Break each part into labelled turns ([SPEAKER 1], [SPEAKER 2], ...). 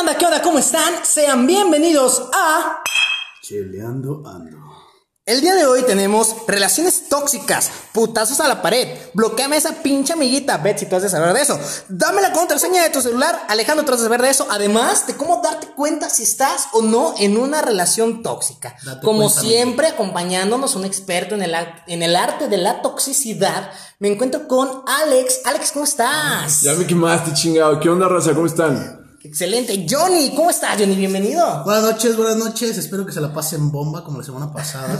[SPEAKER 1] onda? ¿Qué onda? ¿Cómo están? Sean bienvenidos a...
[SPEAKER 2] Cheleando ando.
[SPEAKER 1] El día de hoy tenemos relaciones tóxicas, putazos a la pared, bloqueame a esa pinche amiguita, Betsy, tú has de saber de eso. Dame la contraseña de tu celular, Alejandro, tú has de saber de eso. Además de cómo darte cuenta si estás o no en una relación tóxica.
[SPEAKER 2] Date
[SPEAKER 1] Como
[SPEAKER 2] cuenta,
[SPEAKER 1] siempre, acompañándonos un experto en el, ar- en el arte de la toxicidad, me encuentro con Alex. Alex, ¿cómo estás?
[SPEAKER 3] Ya me quemaste, chingado. ¿Qué onda, raza? ¿Cómo están?
[SPEAKER 1] Excelente. Johnny, ¿cómo estás, Johnny? Bienvenido.
[SPEAKER 2] Buenas noches, buenas noches. Espero que se la pasen bomba como la semana pasada.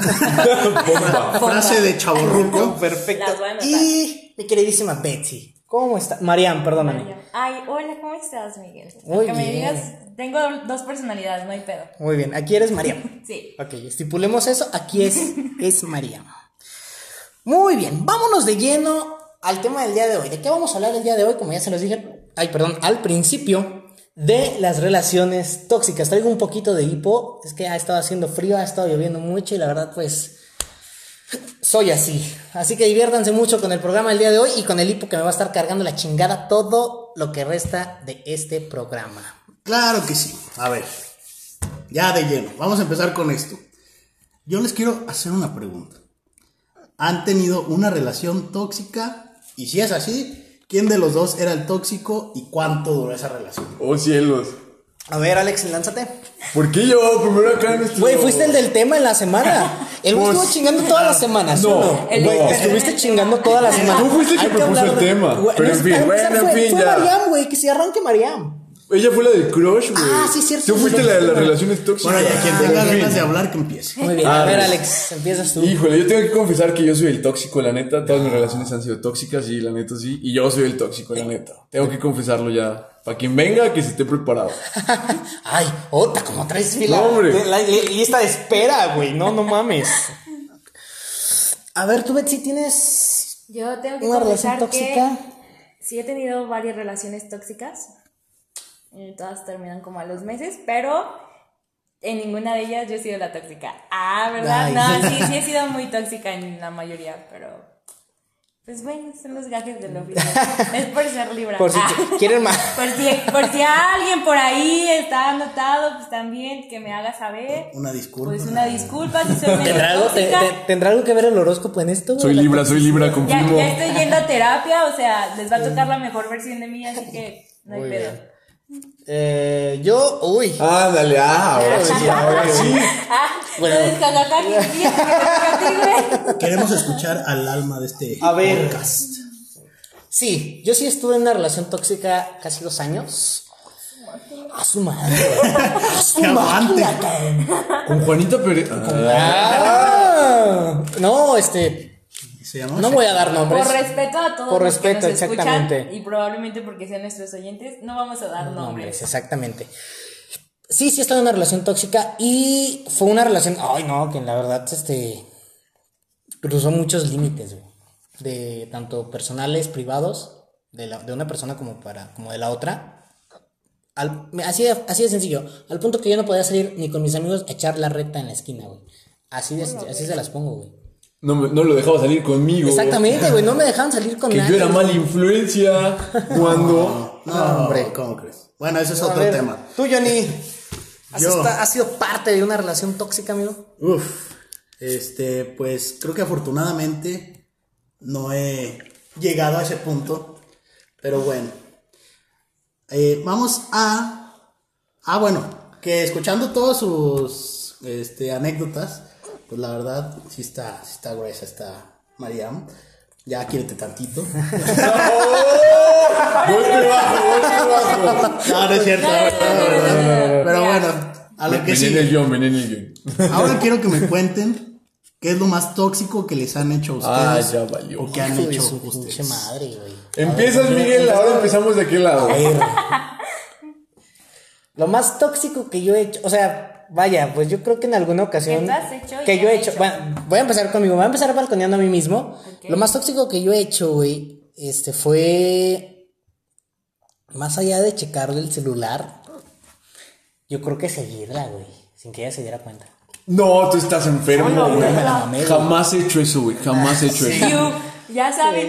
[SPEAKER 3] Bomba.
[SPEAKER 2] Frase de chaborruco.
[SPEAKER 1] Perfecto.
[SPEAKER 4] Las voy a anotar.
[SPEAKER 1] Y mi queridísima Betsy, ¿cómo estás? Marian, perdóname.
[SPEAKER 4] Ay, hola, ¿cómo estás, Miguel?
[SPEAKER 1] Muy
[SPEAKER 4] que me
[SPEAKER 1] bien.
[SPEAKER 4] digas, tengo dos personalidades, no hay pedo.
[SPEAKER 1] Muy bien, aquí eres Mariam.
[SPEAKER 4] Sí.
[SPEAKER 1] Ok, estipulemos eso, aquí es, es Mariam. Muy bien, vámonos de lleno al tema del día de hoy. ¿De qué vamos a hablar el día de hoy? Como ya se los dije, ay, perdón, al principio de las relaciones tóxicas. Traigo un poquito de hipo, es que ha estado haciendo frío, ha estado lloviendo mucho y la verdad pues soy así. Así que diviértanse mucho con el programa el día de hoy y con el hipo que me va a estar cargando la chingada todo lo que resta de este programa.
[SPEAKER 2] Claro que sí. A ver, ya de lleno. Vamos a empezar con esto. Yo les quiero hacer una pregunta. ¿Han tenido una relación tóxica? Y si es así, ¿quién de los dos era el tóxico y cuánto duró esa relación?
[SPEAKER 3] Oh, cielos.
[SPEAKER 1] A ver, Alex, lánzate.
[SPEAKER 3] ¿Por qué yo? Primero acá en este.
[SPEAKER 1] Güey, fuiste el del tema en la semana. El güey
[SPEAKER 3] Pues-
[SPEAKER 1] estuvo chingando todas las semanas.
[SPEAKER 3] No,
[SPEAKER 1] ¿no?
[SPEAKER 3] El-
[SPEAKER 1] Güey,
[SPEAKER 3] no.
[SPEAKER 1] estuviste chingando todas las semanas.
[SPEAKER 3] Tú fuiste el que
[SPEAKER 1] Hay
[SPEAKER 3] propuso
[SPEAKER 1] hablar
[SPEAKER 3] el
[SPEAKER 1] de-
[SPEAKER 3] tema,
[SPEAKER 1] Güey,
[SPEAKER 3] pero
[SPEAKER 1] no,
[SPEAKER 3] en fin,
[SPEAKER 1] para
[SPEAKER 3] bueno,
[SPEAKER 1] empezar
[SPEAKER 3] en
[SPEAKER 1] fue-
[SPEAKER 3] fin,
[SPEAKER 1] Fue
[SPEAKER 3] ya.
[SPEAKER 1] Mariam, güey, que se arranque Mariam.
[SPEAKER 3] Ella fue la del crush, güey.
[SPEAKER 1] Ah, sí, cierto.
[SPEAKER 3] Tú fuiste la de las relaciones tóxicas.
[SPEAKER 2] Bueno, ya quien
[SPEAKER 3] En
[SPEAKER 2] tenga
[SPEAKER 3] fin.
[SPEAKER 2] ganas de hablar, que empiece.
[SPEAKER 1] Muy bien, a
[SPEAKER 3] Ah,
[SPEAKER 1] ver,
[SPEAKER 3] güey.
[SPEAKER 1] Alex, empiezas tú.
[SPEAKER 3] Híjole, yo tengo que confesar que yo soy el tóxico, la neta. Todas mis relaciones han sido tóxicas, sí, la neta, sí. Y yo soy el tóxico, la neta. Tengo que confesarlo ya. Para quien venga, que se esté preparado.
[SPEAKER 1] Ay, otra, como traes fila.
[SPEAKER 3] No, hombre.
[SPEAKER 1] La, la- lista de espera, güey. No, no mames. A ver, tú, Betsy, tienes
[SPEAKER 4] Yo tengo que
[SPEAKER 1] una relación
[SPEAKER 4] confesar
[SPEAKER 1] tóxica.
[SPEAKER 4] que sí he tenido varias relaciones tóxicas. Eh, Todas terminan como a los meses, pero en ninguna de ellas yo he sido la tóxica. Ah, ¿verdad?
[SPEAKER 1] Ay.
[SPEAKER 4] No, sí, sí he sido muy tóxica en la mayoría, pero... Pues bueno, son los gajes del oficio. Es por ser libra.
[SPEAKER 1] Por si
[SPEAKER 4] Ah.
[SPEAKER 1] qui- quieren más.
[SPEAKER 4] Por si, por si alguien por ahí está anotado, pues también que me haga saber.
[SPEAKER 2] Una disculpa.
[SPEAKER 4] Pues una disculpa si soy medio
[SPEAKER 1] ¿Tendrá algo, te-
[SPEAKER 4] tóxica.
[SPEAKER 1] te- ¿Tendrá algo que ver el horóscopo en esto, Eh, güey?
[SPEAKER 3] Soy
[SPEAKER 1] La
[SPEAKER 3] libra, soy libra,
[SPEAKER 4] Ya,
[SPEAKER 3] confirmo.
[SPEAKER 4] ya estoy yendo a terapia, o sea, les va a tocar la mejor versión de mí, así que no hay
[SPEAKER 1] Muy
[SPEAKER 4] pedo.
[SPEAKER 1] bien. Eh, yo, uy.
[SPEAKER 3] Ah, dale, ah, ahora sí, ahora sí.
[SPEAKER 4] Ah,
[SPEAKER 1] Bueno.
[SPEAKER 4] entonces jajaja, que sí, que te toca a ti, güey.
[SPEAKER 2] Queremos escuchar al alma de este
[SPEAKER 1] A ver.
[SPEAKER 2] podcast.
[SPEAKER 1] Sí, yo sí estuve en una relación tóxica casi dos años. A su madre. A su
[SPEAKER 2] Que aguante.
[SPEAKER 1] máquina, cabrón.
[SPEAKER 3] Con Juanita Pérez. Ah,
[SPEAKER 1] Ah, no, este.
[SPEAKER 2] Se llama
[SPEAKER 1] No voy a dar nombres.
[SPEAKER 4] Por respeto a todos
[SPEAKER 1] Por
[SPEAKER 4] los que
[SPEAKER 1] respeto,
[SPEAKER 4] nos escuchan,
[SPEAKER 1] exactamente.
[SPEAKER 4] y probablemente porque sean nuestros oyentes, no vamos a dar
[SPEAKER 1] Nombres,
[SPEAKER 4] nombres.
[SPEAKER 1] exactamente. Sí, sí estaba en una relación tóxica y fue una relación. Ay, no, que la verdad, este. Cruzó muchos límites, güey. De tanto personales, privados, de, la- de una persona como, para, como de la otra. Al- me- así, de, así de sencillo. Al punto que yo no podía salir ni con mis amigos a echar la recta en la esquina, güey. Así, de, así se las pongo, güey.
[SPEAKER 3] No, me- no lo dejaba salir conmigo.
[SPEAKER 1] Exactamente, güey. No me dejaban salir con
[SPEAKER 3] Que
[SPEAKER 1] nadie.
[SPEAKER 3] yo era mala influencia cuando.
[SPEAKER 2] No, hombre, ¿cómo crees? Bueno, ese es
[SPEAKER 1] A
[SPEAKER 2] otro
[SPEAKER 1] ver,
[SPEAKER 2] tema.
[SPEAKER 1] Tú, Johnny. Has,
[SPEAKER 2] Yo.
[SPEAKER 1] esta- has sido parte de una relación tóxica, amigo.
[SPEAKER 2] Uf, este, pues creo que afortunadamente no he llegado a ese punto, pero bueno. Eh, vamos a... Ah, bueno, que escuchando todas sus este, anécdotas, pues la verdad sí está, sí está gruesa esta Mariam. Ya quiérete tantito.
[SPEAKER 3] Golpe bajo, golpe bajo.
[SPEAKER 2] No, no es cierto.
[SPEAKER 4] No, no, no, no, no, no,
[SPEAKER 2] Pero
[SPEAKER 4] no. Mira.
[SPEAKER 2] bueno, a lo que
[SPEAKER 3] Venía en
[SPEAKER 2] sí.
[SPEAKER 3] el guión, venía en el guión.
[SPEAKER 2] Ahora quiero que me cuenten qué es lo más tóxico que les han hecho a
[SPEAKER 3] Ah,
[SPEAKER 2] ustedes.
[SPEAKER 3] ya valió.
[SPEAKER 2] O que han
[SPEAKER 1] Hijo de
[SPEAKER 2] hecho
[SPEAKER 1] su pinche
[SPEAKER 2] ustedes.
[SPEAKER 1] madre, güey.
[SPEAKER 3] Empiezas, Miguel, ahora empezamos de qué lado.
[SPEAKER 1] Lo más tóxico que yo he hecho, o sea, vaya, pues yo creo que en alguna ocasión
[SPEAKER 4] Que tú has hecho
[SPEAKER 1] que
[SPEAKER 4] y que
[SPEAKER 1] yo he
[SPEAKER 4] han
[SPEAKER 1] hecho,
[SPEAKER 4] hecho.
[SPEAKER 1] bueno, voy a empezar conmigo, voy a empezar balconeando a mí mismo.
[SPEAKER 4] Ok.
[SPEAKER 1] Lo más tóxico que yo he hecho, güey, este fue más allá de checarle el celular, yo creo que seguirla, güey, sin que ella se diera cuenta.
[SPEAKER 3] No, tú estás enfermo,
[SPEAKER 4] Hola,
[SPEAKER 3] güey.
[SPEAKER 4] hola.
[SPEAKER 3] Jamás he hecho eso, güey. Jamás he hecho eso.
[SPEAKER 4] You, ya saben,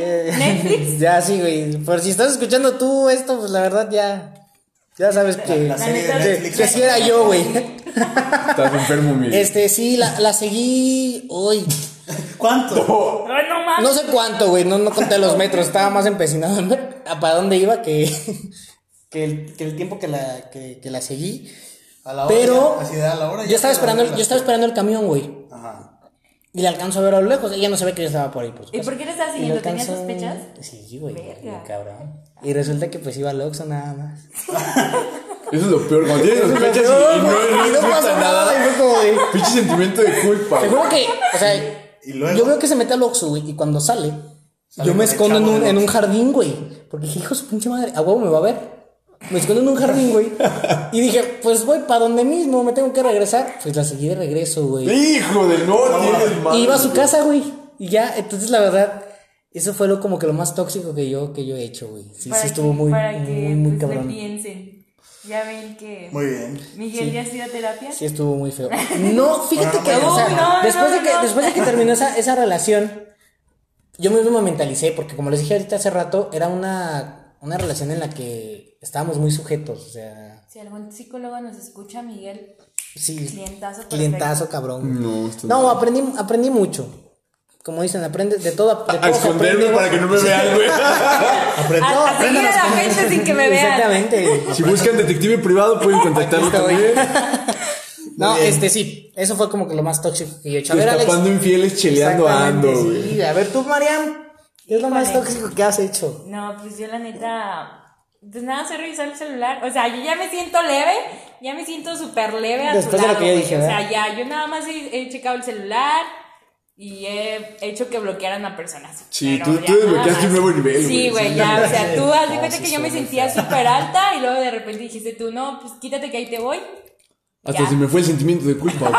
[SPEAKER 4] Netflix
[SPEAKER 1] ya sí, güey, por si estás escuchando tú esto, pues la verdad ya Ya sabes que,
[SPEAKER 2] La serie de
[SPEAKER 4] neta,
[SPEAKER 1] que,
[SPEAKER 2] Netflix.
[SPEAKER 1] que sí era yo, güey.
[SPEAKER 3] Estás enfermo, mi.
[SPEAKER 1] Este, sí, la, la seguí hoy.
[SPEAKER 2] ¿Cuánto?
[SPEAKER 4] Ay, no mames.
[SPEAKER 1] No sé cuánto, güey, no, no conté los metros, estaba más empecinado en ver a para dónde iba que, que, el, que el tiempo que la, que, que la seguí.
[SPEAKER 2] A la hora.
[SPEAKER 1] Pero
[SPEAKER 2] ya, así de a la hora. ya
[SPEAKER 1] yo estaba
[SPEAKER 2] te la
[SPEAKER 1] esperando, el-
[SPEAKER 2] arreglas.
[SPEAKER 1] yo estaba esperando el camión, güey.
[SPEAKER 2] Ajá.
[SPEAKER 1] Y la alcanzo a ver a lo lejos. Ella no se ve que yo estaba por ahí. Por su
[SPEAKER 4] ¿Y
[SPEAKER 1] casa.
[SPEAKER 4] por qué le estabas
[SPEAKER 1] Y
[SPEAKER 4] siguiendo?
[SPEAKER 1] la
[SPEAKER 4] ¿Tenías
[SPEAKER 1] alcanzo-
[SPEAKER 4] sospechas?
[SPEAKER 1] Sí, güey,
[SPEAKER 4] Verga.
[SPEAKER 1] cabrón. Y resulta que pues iba al Oxxo nada más.
[SPEAKER 3] Eso es lo peor. Cuando tienes sospechas y, y no,
[SPEAKER 1] Y
[SPEAKER 3] no
[SPEAKER 1] pasó
[SPEAKER 3] pasa nada.
[SPEAKER 1] Y fue como de...
[SPEAKER 3] Pinche sentimiento de culpa.
[SPEAKER 1] Te
[SPEAKER 3] güey.
[SPEAKER 1] juro que, o sea,
[SPEAKER 2] Y luego.
[SPEAKER 1] yo veo que se mete al Oxxo, güey, y cuando sale,
[SPEAKER 2] Sale
[SPEAKER 1] yo me
[SPEAKER 2] con
[SPEAKER 1] escondo
[SPEAKER 2] el
[SPEAKER 1] en
[SPEAKER 2] chavo
[SPEAKER 1] un,
[SPEAKER 2] del
[SPEAKER 1] en un
[SPEAKER 2] Oxxo.
[SPEAKER 1] jardín, güey. Porque dije, hijo de su pinche madre, a huevo me va a ver. Me escondo en un jardín, güey. Y dije, pues voy para donde mismo, me tengo que regresar. Pues la seguí de regreso, güey.
[SPEAKER 3] Hijo de no, tienes
[SPEAKER 1] Y
[SPEAKER 3] madre.
[SPEAKER 1] iba a su
[SPEAKER 3] güey.
[SPEAKER 1] casa, güey. Y ya, entonces la verdad, eso fue lo, como que lo más tóxico que yo, que yo he hecho, güey. Sí,
[SPEAKER 4] Para
[SPEAKER 1] sí,
[SPEAKER 4] que-
[SPEAKER 1] estuvo muy,
[SPEAKER 4] para que,
[SPEAKER 1] muy, muy
[SPEAKER 4] pues, le
[SPEAKER 1] cabrón.
[SPEAKER 4] piensen. Ya ven que.
[SPEAKER 2] Muy bien.
[SPEAKER 4] Miguel ya has ido a terapia.
[SPEAKER 1] Sí, estuvo muy feo. No, fíjate
[SPEAKER 2] Bueno,
[SPEAKER 1] que
[SPEAKER 2] bueno.
[SPEAKER 1] o sea,
[SPEAKER 4] Uy, no, no,
[SPEAKER 1] después, de
[SPEAKER 4] no,
[SPEAKER 1] que,
[SPEAKER 4] no.
[SPEAKER 1] después de que terminó esa, esa relación, yo mismo me mentalicé, porque como les dije ahorita hace rato, era una, una relación en la que estábamos muy sujetos. O sea,
[SPEAKER 4] Si algún psicólogo nos escucha, Miguel,
[SPEAKER 1] sí,
[SPEAKER 4] clientazo. perfecto.
[SPEAKER 1] clientazo cabrón.
[SPEAKER 3] No, esto
[SPEAKER 1] No, aprendí, aprendí mucho. Como dicen, aprende de todo. De todo se
[SPEAKER 3] A
[SPEAKER 1] aprende.
[SPEAKER 3] esconderme para que no me vean, güey.
[SPEAKER 2] Apretó.
[SPEAKER 4] A,
[SPEAKER 1] No,
[SPEAKER 4] a
[SPEAKER 1] aprendan
[SPEAKER 4] seguir a
[SPEAKER 1] las
[SPEAKER 4] la
[SPEAKER 1] cosas.
[SPEAKER 4] gente sin que me vean.
[SPEAKER 1] Exactamente.
[SPEAKER 3] Si buscan detective privado, pueden contactarlo también.
[SPEAKER 1] No,
[SPEAKER 2] bien.
[SPEAKER 1] este sí. Eso fue como que lo más tóxico que yo he hecho. A ver, Alex.
[SPEAKER 3] Destapando infieles, cheleando a
[SPEAKER 1] Exactamente,
[SPEAKER 3] Ando, güey.
[SPEAKER 1] sí. A ver, tú, Mariam, ¿qué es lo más
[SPEAKER 4] Híjole.
[SPEAKER 1] tóxico que has hecho?
[SPEAKER 4] No, pues yo la neta. Pues nada, sé revisar el celular. O sea, yo ya me siento leve, ya me siento súper leve a tu
[SPEAKER 1] Después de lo
[SPEAKER 4] lado,
[SPEAKER 1] que yo
[SPEAKER 4] güey.
[SPEAKER 1] dije,
[SPEAKER 4] O sea,
[SPEAKER 1] ¿verdad?
[SPEAKER 4] ya, yo nada más he, he checado el celular y he hecho que bloquearan a personas.
[SPEAKER 3] Sí,
[SPEAKER 4] Pero
[SPEAKER 3] tú-
[SPEAKER 4] ya
[SPEAKER 3] tú
[SPEAKER 4] nada
[SPEAKER 3] desbloqueaste un
[SPEAKER 4] más.
[SPEAKER 3] nuevo nivel,
[SPEAKER 4] Sí,
[SPEAKER 3] güey.
[SPEAKER 4] güey,
[SPEAKER 3] Sí.
[SPEAKER 4] ya. O sea, tú haz de
[SPEAKER 1] No,
[SPEAKER 4] cuenta
[SPEAKER 1] sí,
[SPEAKER 4] que yo me
[SPEAKER 1] sí,
[SPEAKER 4] sentía súper alta y luego de repente dijiste tú, no, pues quítate que ahí te voy.
[SPEAKER 3] Hasta
[SPEAKER 4] Ya.
[SPEAKER 3] se me fue el sentimiento de culpa, güey.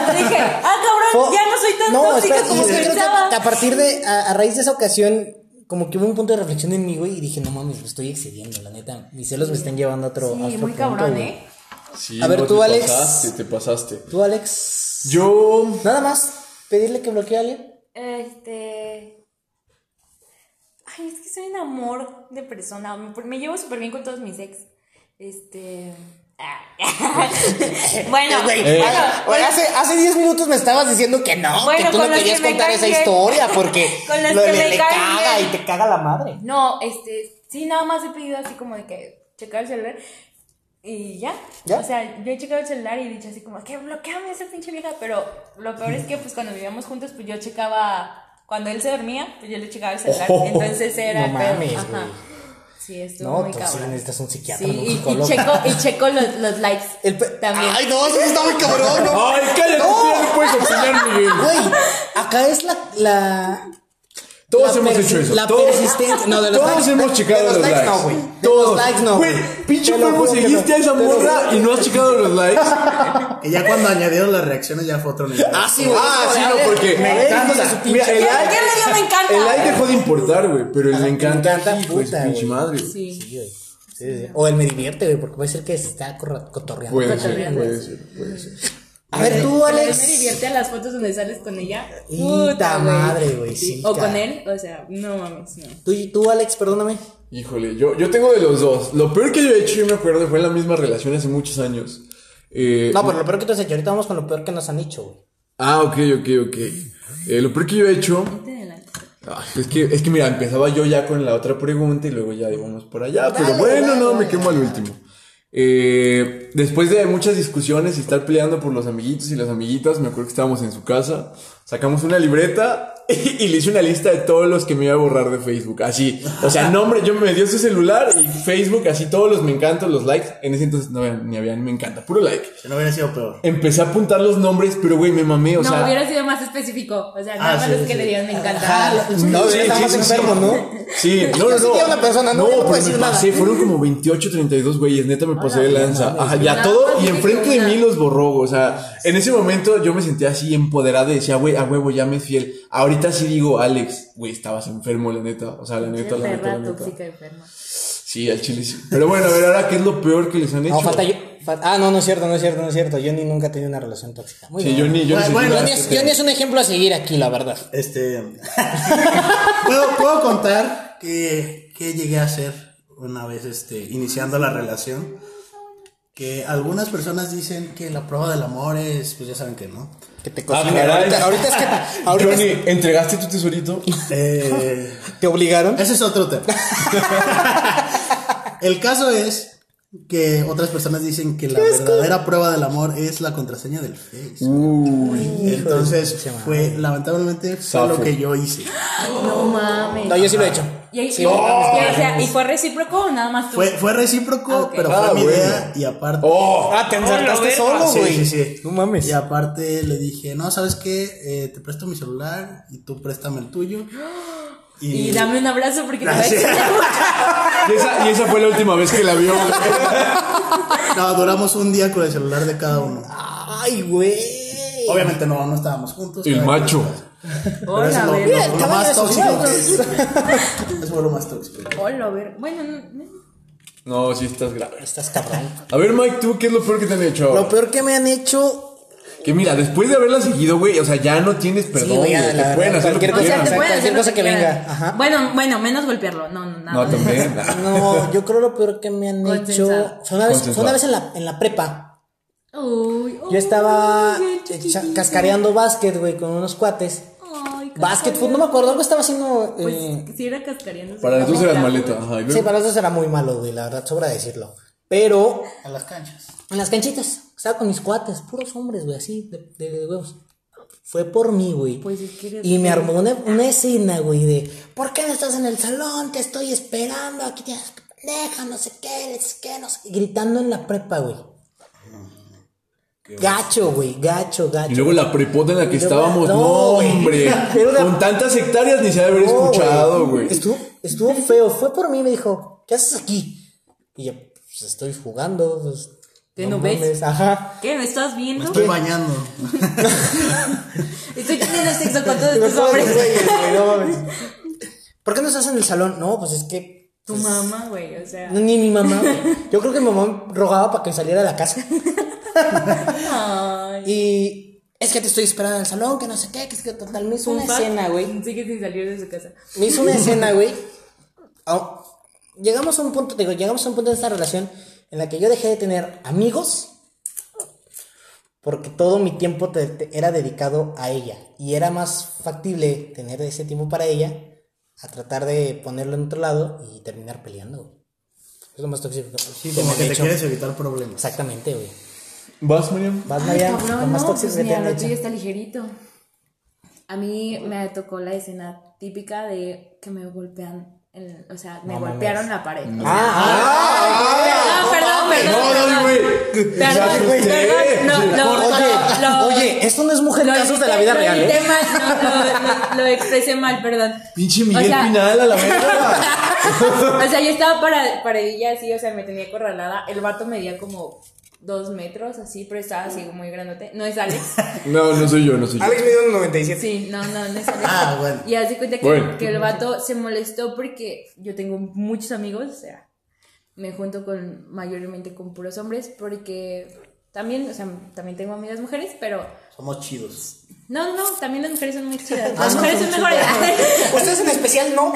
[SPEAKER 4] Hasta dije, ah,
[SPEAKER 1] Fue-
[SPEAKER 4] cabrón, ya no soy tan tóxica
[SPEAKER 1] espera,
[SPEAKER 4] como
[SPEAKER 1] yo creo que
[SPEAKER 4] pensaba.
[SPEAKER 1] a partir de, a, a raíz de esa ocasión, como que hubo un punto de reflexión en mí, güey, y dije, no mames, me estoy excediendo, la neta. Mis celos me están llevando a otro. a
[SPEAKER 4] Sí,
[SPEAKER 1] otro
[SPEAKER 4] muy
[SPEAKER 1] punto,
[SPEAKER 4] cabrón,
[SPEAKER 1] güey.
[SPEAKER 4] ¿eh?
[SPEAKER 3] Sí,
[SPEAKER 1] A ver,
[SPEAKER 3] no,
[SPEAKER 1] tú,
[SPEAKER 3] te
[SPEAKER 1] Alex.
[SPEAKER 3] pasaste, te pasaste.
[SPEAKER 1] Tú, Alex,
[SPEAKER 3] Yo.
[SPEAKER 1] nada más pedirle que bloquee a alguien.
[SPEAKER 4] Este. Ay, es que soy un amor de persona. Me, me llevo súper bien con todos mis ex. Este. ah. bueno, eh,
[SPEAKER 1] Güey,
[SPEAKER 4] bueno,
[SPEAKER 1] güey, hace, hace 10 minutos me estabas diciendo que no,
[SPEAKER 4] Bueno,
[SPEAKER 1] que tú
[SPEAKER 4] con
[SPEAKER 1] no
[SPEAKER 4] los
[SPEAKER 1] querías
[SPEAKER 4] que me
[SPEAKER 1] contar esa
[SPEAKER 4] caen bien.
[SPEAKER 1] historia porque
[SPEAKER 4] Con los
[SPEAKER 1] lo-
[SPEAKER 4] que
[SPEAKER 1] le,
[SPEAKER 4] me
[SPEAKER 1] le
[SPEAKER 4] caen
[SPEAKER 1] caga
[SPEAKER 4] bien.
[SPEAKER 1] y te caga la madre.
[SPEAKER 4] no, este. Sí, nada más he pedido así como de que checar el celular. Y ya.
[SPEAKER 1] ¿Ya?
[SPEAKER 4] O sea, yo he checado el celular y he dicho así como que bloqueame esa pinche vieja. Pero lo peor es que, pues cuando vivíamos juntos, pues yo checaba. Cuando él se dormía, pues yo le checaba el celular.
[SPEAKER 3] Ojo,
[SPEAKER 4] Entonces era.
[SPEAKER 1] no
[SPEAKER 4] el pedo.
[SPEAKER 1] mames,
[SPEAKER 4] Ajá.
[SPEAKER 1] güey.
[SPEAKER 4] Sí, estuvo
[SPEAKER 1] No,
[SPEAKER 4] muy
[SPEAKER 1] tú sí
[SPEAKER 4] cabrón.
[SPEAKER 1] necesitas un psiquiatra,
[SPEAKER 4] Sí,
[SPEAKER 1] no un
[SPEAKER 4] y, y
[SPEAKER 1] psicólogo.
[SPEAKER 4] checo, y checo los, los likes
[SPEAKER 1] El pe-
[SPEAKER 4] también.
[SPEAKER 1] Ay, no, eso sí está muy cabrón, no.
[SPEAKER 3] ¡Ay, cállate! Tú ya no puedes opinar, Miguel.
[SPEAKER 1] Güey, acá es la. la
[SPEAKER 3] Todos
[SPEAKER 1] la
[SPEAKER 3] hemos
[SPEAKER 1] persi-
[SPEAKER 3] hecho eso.
[SPEAKER 1] La
[SPEAKER 3] Todos,
[SPEAKER 1] persistencia. No, de los
[SPEAKER 3] todos
[SPEAKER 1] likes.
[SPEAKER 3] hemos
[SPEAKER 1] de-
[SPEAKER 3] checado
[SPEAKER 1] de los likes. no, güey. De
[SPEAKER 3] Todos.
[SPEAKER 1] los likes, no.
[SPEAKER 3] Güey, pinche
[SPEAKER 1] Te lo
[SPEAKER 3] fuego,
[SPEAKER 1] juro que no.
[SPEAKER 3] seguiste a esa
[SPEAKER 1] Te lo juro.
[SPEAKER 3] morra y no has checado los likes.
[SPEAKER 2] Que ya cuando añadieron las reacciones ya fue otro nivel.
[SPEAKER 1] Ah, sí, güey.
[SPEAKER 3] Ah,
[SPEAKER 1] Híjole,
[SPEAKER 3] sí,
[SPEAKER 1] a ver,
[SPEAKER 3] no, porque.
[SPEAKER 1] me
[SPEAKER 3] Eh,
[SPEAKER 1] encanta.
[SPEAKER 3] hijos de su pinche-
[SPEAKER 4] ¿Qué- qué medio me encanta?
[SPEAKER 3] El like dejó de importar, güey. Pero el me encanta.
[SPEAKER 1] Ah, encanta,
[SPEAKER 3] hijo de su
[SPEAKER 1] puta,
[SPEAKER 3] pinche
[SPEAKER 1] güey.
[SPEAKER 3] madre.
[SPEAKER 4] Sí.
[SPEAKER 1] Sí, güey. Sí, sí. O él me divierte, güey, porque puede ser que se está corra- cotorreando.
[SPEAKER 3] Puede
[SPEAKER 4] Cotorreando.
[SPEAKER 3] ser, puede ser, puede ser.
[SPEAKER 1] A ver, tú,
[SPEAKER 4] Pero él me
[SPEAKER 1] Alex.
[SPEAKER 4] divierte las fotos donde sales con ella.
[SPEAKER 1] Puta
[SPEAKER 4] güey.
[SPEAKER 1] madre, güey, sí,
[SPEAKER 4] o con
[SPEAKER 1] cara.
[SPEAKER 4] él, o sea, no mames, no.
[SPEAKER 1] Tú, tú, Alex, perdóname.
[SPEAKER 3] Híjole, yo, yo tengo de los dos. Lo peor que yo he hecho, yo me acuerdo, fue en la misma relación hace muchos años. Eh,
[SPEAKER 1] No, pero lo peor que tú has hecho. Ahorita vamos con lo peor que nos han dicho, güey.
[SPEAKER 3] Ah, ok, ok, ok. Eh, lo peor que yo he hecho.
[SPEAKER 4] Vete adelante.
[SPEAKER 3] Ah, es, que, es que mira, empezaba yo ya con la otra pregunta y luego ya íbamos por allá. Pero
[SPEAKER 1] Dale,
[SPEAKER 3] bueno,
[SPEAKER 1] dale,
[SPEAKER 3] no,
[SPEAKER 1] dale.
[SPEAKER 3] me quemo al último. Eh, después de muchas discusiones y estar peleando por los amiguitos y las amiguitas, me acuerdo que estábamos en su casa, sacamos una libreta y, y le hice una lista de todos los que me iba a borrar de Facebook. Así, o sea, nombre, yo me dio su celular y Facebook, así todos los me encantan, los likes. En ese entonces no había- ni había ni me encanta, puro like.
[SPEAKER 2] Si no hubiera sido peor.
[SPEAKER 3] Empecé a apuntar los nombres, pero güey, me mamé, o
[SPEAKER 4] no,
[SPEAKER 3] sea.
[SPEAKER 4] hubiera sido más específico. O sea, nada
[SPEAKER 2] Ah,
[SPEAKER 4] más
[SPEAKER 2] sí,
[SPEAKER 4] los que
[SPEAKER 2] sí.
[SPEAKER 4] le dieron me encanta.
[SPEAKER 1] No,
[SPEAKER 3] sí,
[SPEAKER 1] está
[SPEAKER 3] sí,
[SPEAKER 1] más
[SPEAKER 3] sí,
[SPEAKER 1] enfermo,
[SPEAKER 3] sí.
[SPEAKER 1] ¿no?
[SPEAKER 3] Sí, no, no,
[SPEAKER 1] Yo sí
[SPEAKER 3] no.
[SPEAKER 1] que una persona, no, yo no puedo
[SPEAKER 3] pero
[SPEAKER 1] decir
[SPEAKER 3] me
[SPEAKER 1] nada.
[SPEAKER 3] pasé, fueron como 28, 32 güeyes, neta me pasé de lanza. Ajá, ya
[SPEAKER 4] Nada
[SPEAKER 3] todo,
[SPEAKER 4] más
[SPEAKER 3] y
[SPEAKER 4] dijiste
[SPEAKER 3] enfrente de
[SPEAKER 4] una.
[SPEAKER 3] mí los borró, o sea, en ese momento yo me sentía así empoderado y decía, güey, a huevo, ya me es fiel. Ahorita sí digo, Alex, güey, estabas enfermo, la neta, o sea, la neta, la neta, la
[SPEAKER 4] Perra
[SPEAKER 3] neta.
[SPEAKER 4] tóxica enferma.
[SPEAKER 3] Sí, al chile sí. Pero bueno, a ver, ahora, ¿qué es lo peor que les han hecho?
[SPEAKER 1] No, falta yo. fa- ah, no, no es cierto, no es cierto, no es cierto. Yo ni nunca he tenido una relación tóxica. Muy
[SPEAKER 3] Sí,
[SPEAKER 1] bien.
[SPEAKER 3] yo ni, yo ni
[SPEAKER 2] Bueno,
[SPEAKER 1] Yo
[SPEAKER 3] siquiera-
[SPEAKER 1] ni es- yo ni es un ejemplo a seguir aquí, la verdad.
[SPEAKER 2] Este. puedo, puedo contar que, que llegué a hacer una vez este, iniciando la relación, que algunas personas dicen que la prueba del amor es, pues ya saben que no.
[SPEAKER 1] Que te
[SPEAKER 3] Ah,
[SPEAKER 1] cocinen.
[SPEAKER 3] caray.
[SPEAKER 1] ahorita, ahorita es que ahorita es-
[SPEAKER 3] Johnny, ¿entregaste tu tesorito?
[SPEAKER 2] Eh,
[SPEAKER 1] te obligaron.
[SPEAKER 2] Ese es otro tema. El caso es que otras personas dicen que la verdadera prueba del amor es la contraseña del Face.
[SPEAKER 3] Uy.
[SPEAKER 2] Entonces, fue, lamentablemente, fue lo
[SPEAKER 3] Zafo.
[SPEAKER 2] que yo hice.
[SPEAKER 4] No mames.
[SPEAKER 1] No, yo sí lo he hecho.
[SPEAKER 4] Y, ahí-
[SPEAKER 1] Sí,
[SPEAKER 4] y-
[SPEAKER 1] vamos,
[SPEAKER 4] y- o sea,
[SPEAKER 1] vamos.
[SPEAKER 4] ¿y fue recíproco o nada más tú?
[SPEAKER 2] Fue, fue recíproco,
[SPEAKER 4] Ah, ok.
[SPEAKER 2] pero
[SPEAKER 3] Ah,
[SPEAKER 2] fue mi
[SPEAKER 3] bueno.
[SPEAKER 2] idea y aparte...
[SPEAKER 3] Oh.
[SPEAKER 1] Ah, te ensartaste solo,
[SPEAKER 2] Sí,
[SPEAKER 1] Oh, güey.
[SPEAKER 2] sí, sí.
[SPEAKER 1] No mames.
[SPEAKER 2] Y aparte le dije, no, ¿sabes qué? Eh, te presto mi celular y tú préstame el tuyo.
[SPEAKER 4] Y dame un abrazo porque te voy a
[SPEAKER 2] Gracias.
[SPEAKER 4] extrañar mucho.
[SPEAKER 3] Y esa, y esa fue la última vez que la vio.
[SPEAKER 2] No, duramos un día con el celular de cada uno.
[SPEAKER 1] Ay, güey.
[SPEAKER 2] Obviamente no, no estábamos juntos.
[SPEAKER 3] El
[SPEAKER 2] cada quien
[SPEAKER 3] macho.
[SPEAKER 2] estaba- Pero
[SPEAKER 4] Hola,
[SPEAKER 2] eso es
[SPEAKER 4] ver.
[SPEAKER 2] lo- lo, lo
[SPEAKER 1] Mira,
[SPEAKER 2] más
[SPEAKER 1] el
[SPEAKER 2] tóxico.
[SPEAKER 1] tamaño de sus
[SPEAKER 2] que es. Eso fue lo más tóxico.
[SPEAKER 4] Hola, ver. Bueno, no- no.
[SPEAKER 3] No, sí estás grave.
[SPEAKER 1] Estás cabrón.
[SPEAKER 3] A ver, Mike, ¿tú qué es lo peor que te han hecho?
[SPEAKER 1] Lo peor que me han hecho.
[SPEAKER 3] Que mira, después de haberla seguido, güey, o sea, ya no tienes perdón.
[SPEAKER 1] güey, ya,
[SPEAKER 3] güey,
[SPEAKER 1] la
[SPEAKER 3] te pueden
[SPEAKER 1] verdad,
[SPEAKER 3] hacer lo que
[SPEAKER 1] cualquier
[SPEAKER 4] O
[SPEAKER 1] Quieran,
[SPEAKER 4] sea, te
[SPEAKER 3] quieran.
[SPEAKER 1] cosa.
[SPEAKER 4] pueden hacer
[SPEAKER 1] cualquier
[SPEAKER 4] lo
[SPEAKER 1] que
[SPEAKER 4] quieran.
[SPEAKER 1] venga. Ajá.
[SPEAKER 4] Bueno, bueno, menos golpearlo. No, no, nada.
[SPEAKER 3] No,
[SPEAKER 4] más.
[SPEAKER 3] también.
[SPEAKER 1] No, yo creo lo peor que me han hecho.
[SPEAKER 4] Consensuado.
[SPEAKER 1] Fue una vez, fue una
[SPEAKER 3] Consensuado.
[SPEAKER 1] vez en, la, en la prepa.
[SPEAKER 4] Uy, uy,
[SPEAKER 1] Yo estaba
[SPEAKER 4] bien
[SPEAKER 1] echa-
[SPEAKER 4] chiquitito.
[SPEAKER 1] cascareando básquet, güey, con unos cuates.
[SPEAKER 4] Ay,
[SPEAKER 1] Básquet, fut-
[SPEAKER 4] cascareando.
[SPEAKER 1] no me acuerdo, algo estaba haciendo.
[SPEAKER 4] Pues
[SPEAKER 1] eh,
[SPEAKER 4] si era cascareando.
[SPEAKER 3] Para las dos
[SPEAKER 4] de
[SPEAKER 3] eras maleta. Ajá, y
[SPEAKER 1] sí,
[SPEAKER 3] luego-
[SPEAKER 1] para nosotros era muy malo, güey, la verdad, sobra decirlo. Pero
[SPEAKER 2] A las canchas.
[SPEAKER 1] en las canchitas, estaba con mis cuates, puros hombres, güey, así, de, de- de huevos. Fue por mí, güey.
[SPEAKER 4] Pues, es que eres
[SPEAKER 1] y me armó una, una escena, güey, de ¿por qué no estás en el salón? Te estoy esperando, aquí tienes que pendeja, no sé qué, no sé qué, no sé qué", Gritando en la prepa, güey. Gacho, güey, gacho, gacho.
[SPEAKER 3] Y luego la prepota en la que
[SPEAKER 1] Y luego-
[SPEAKER 3] estábamos,
[SPEAKER 1] no,
[SPEAKER 3] no,
[SPEAKER 1] güey.
[SPEAKER 3] hombre.
[SPEAKER 1] Era una-
[SPEAKER 3] Con tantas hectáreas ni se ha de haber
[SPEAKER 1] No, Oh, güey.
[SPEAKER 3] escuchado, güey.
[SPEAKER 1] Estuvo, estuvo feo. Fue por mí, me dijo, ¿qué haces aquí? Y yo, pues estoy jugando. Pues,
[SPEAKER 4] ¿Qué no ves?
[SPEAKER 1] mames, Ajá.
[SPEAKER 4] ¿Qué? ¿Me estás viendo?
[SPEAKER 2] Estoy bañando.
[SPEAKER 4] Estoy teniendo sexo con todos
[SPEAKER 1] Y me
[SPEAKER 4] estos
[SPEAKER 1] pongo de
[SPEAKER 4] hombres.
[SPEAKER 1] güeyes, güey, no mames. ¿Por qué no estás en el salón? No, pues es que
[SPEAKER 4] Tu mamá, güey, o sea.
[SPEAKER 1] ni mi mamá. güey. Yo creo que mi mamá rogaba para que saliera de la casa.
[SPEAKER 4] Ay.
[SPEAKER 1] Y es que te estoy esperando en el salón, que no sé qué, que es que total me hizo una
[SPEAKER 4] Fun fact,
[SPEAKER 1] escena, güey.
[SPEAKER 4] Sigue sin salir de su casa.
[SPEAKER 1] Me hizo una escena, güey. Ah, llegamos a un punto, te digo, llegamos a un punto de esta relación en la que yo dejé de tener amigos porque todo mi tiempo te- te- era dedicado a ella y era más factible tener ese tiempo para ella a tratar de ponerlo en otro lado y terminar peleando. güey. Es lo más tóxico que,
[SPEAKER 2] Sí,
[SPEAKER 1] que me
[SPEAKER 2] como
[SPEAKER 1] han
[SPEAKER 2] que te
[SPEAKER 1] hecho.
[SPEAKER 2] quieres evitar problemas.
[SPEAKER 1] Exactamente, güey.
[SPEAKER 3] ¿Vas, Mariam?
[SPEAKER 1] Vas,
[SPEAKER 4] Ay,
[SPEAKER 1] Mariam,
[SPEAKER 4] cabrón,
[SPEAKER 1] lo más
[SPEAKER 4] no,
[SPEAKER 1] tóxico
[SPEAKER 4] pues
[SPEAKER 1] que te
[SPEAKER 4] mira,
[SPEAKER 1] han
[SPEAKER 4] lo
[SPEAKER 1] hecho.
[SPEAKER 4] tuyo está ligerito. A mí me tocó la escena típica de que me golpean, el- o sea, me
[SPEAKER 1] No
[SPEAKER 4] golpearon la pared. o sea,
[SPEAKER 1] Ah,
[SPEAKER 4] no, perdón,
[SPEAKER 3] No,
[SPEAKER 4] perdón,
[SPEAKER 3] no,
[SPEAKER 4] perdón.
[SPEAKER 3] güey.
[SPEAKER 4] Perdón,
[SPEAKER 3] Ya asusté.
[SPEAKER 4] perdón, no, no,
[SPEAKER 1] Oye,
[SPEAKER 4] no, lo-
[SPEAKER 1] oye, esto no es mujer
[SPEAKER 4] lo
[SPEAKER 1] casos de
[SPEAKER 4] expresé-
[SPEAKER 1] la vida
[SPEAKER 4] lo
[SPEAKER 1] real,
[SPEAKER 4] grité
[SPEAKER 1] ¿eh?
[SPEAKER 4] mal, no, lo, lo- lo expresé mal, perdón.
[SPEAKER 3] Pinche Miguel
[SPEAKER 4] O sea,
[SPEAKER 3] Pinal a la verga.
[SPEAKER 4] o sea, yo estaba para, paradilla así, o sea, me tenía acorralada. El vato medía como dos metros, así, pero estaba así muy grandote. No es Alex.
[SPEAKER 3] No, no soy yo, no soy yo.
[SPEAKER 1] mide un 97.
[SPEAKER 4] Sí, no, no, no es Alex.
[SPEAKER 2] Ah, bueno.
[SPEAKER 4] Y así cuenta que,
[SPEAKER 3] Bueno.
[SPEAKER 4] que el vato se molestó porque yo tengo muchos amigos, o sea, me junto con mayormente con puros hombres porque también, o sea, también tengo amigas mujeres, pero
[SPEAKER 2] Somos chidos.
[SPEAKER 4] no, no, también las mujeres son muy chidas.
[SPEAKER 2] Ah,
[SPEAKER 4] Las
[SPEAKER 2] no,
[SPEAKER 4] mujeres son
[SPEAKER 2] son
[SPEAKER 4] mejores.
[SPEAKER 1] Ustedes en especial no.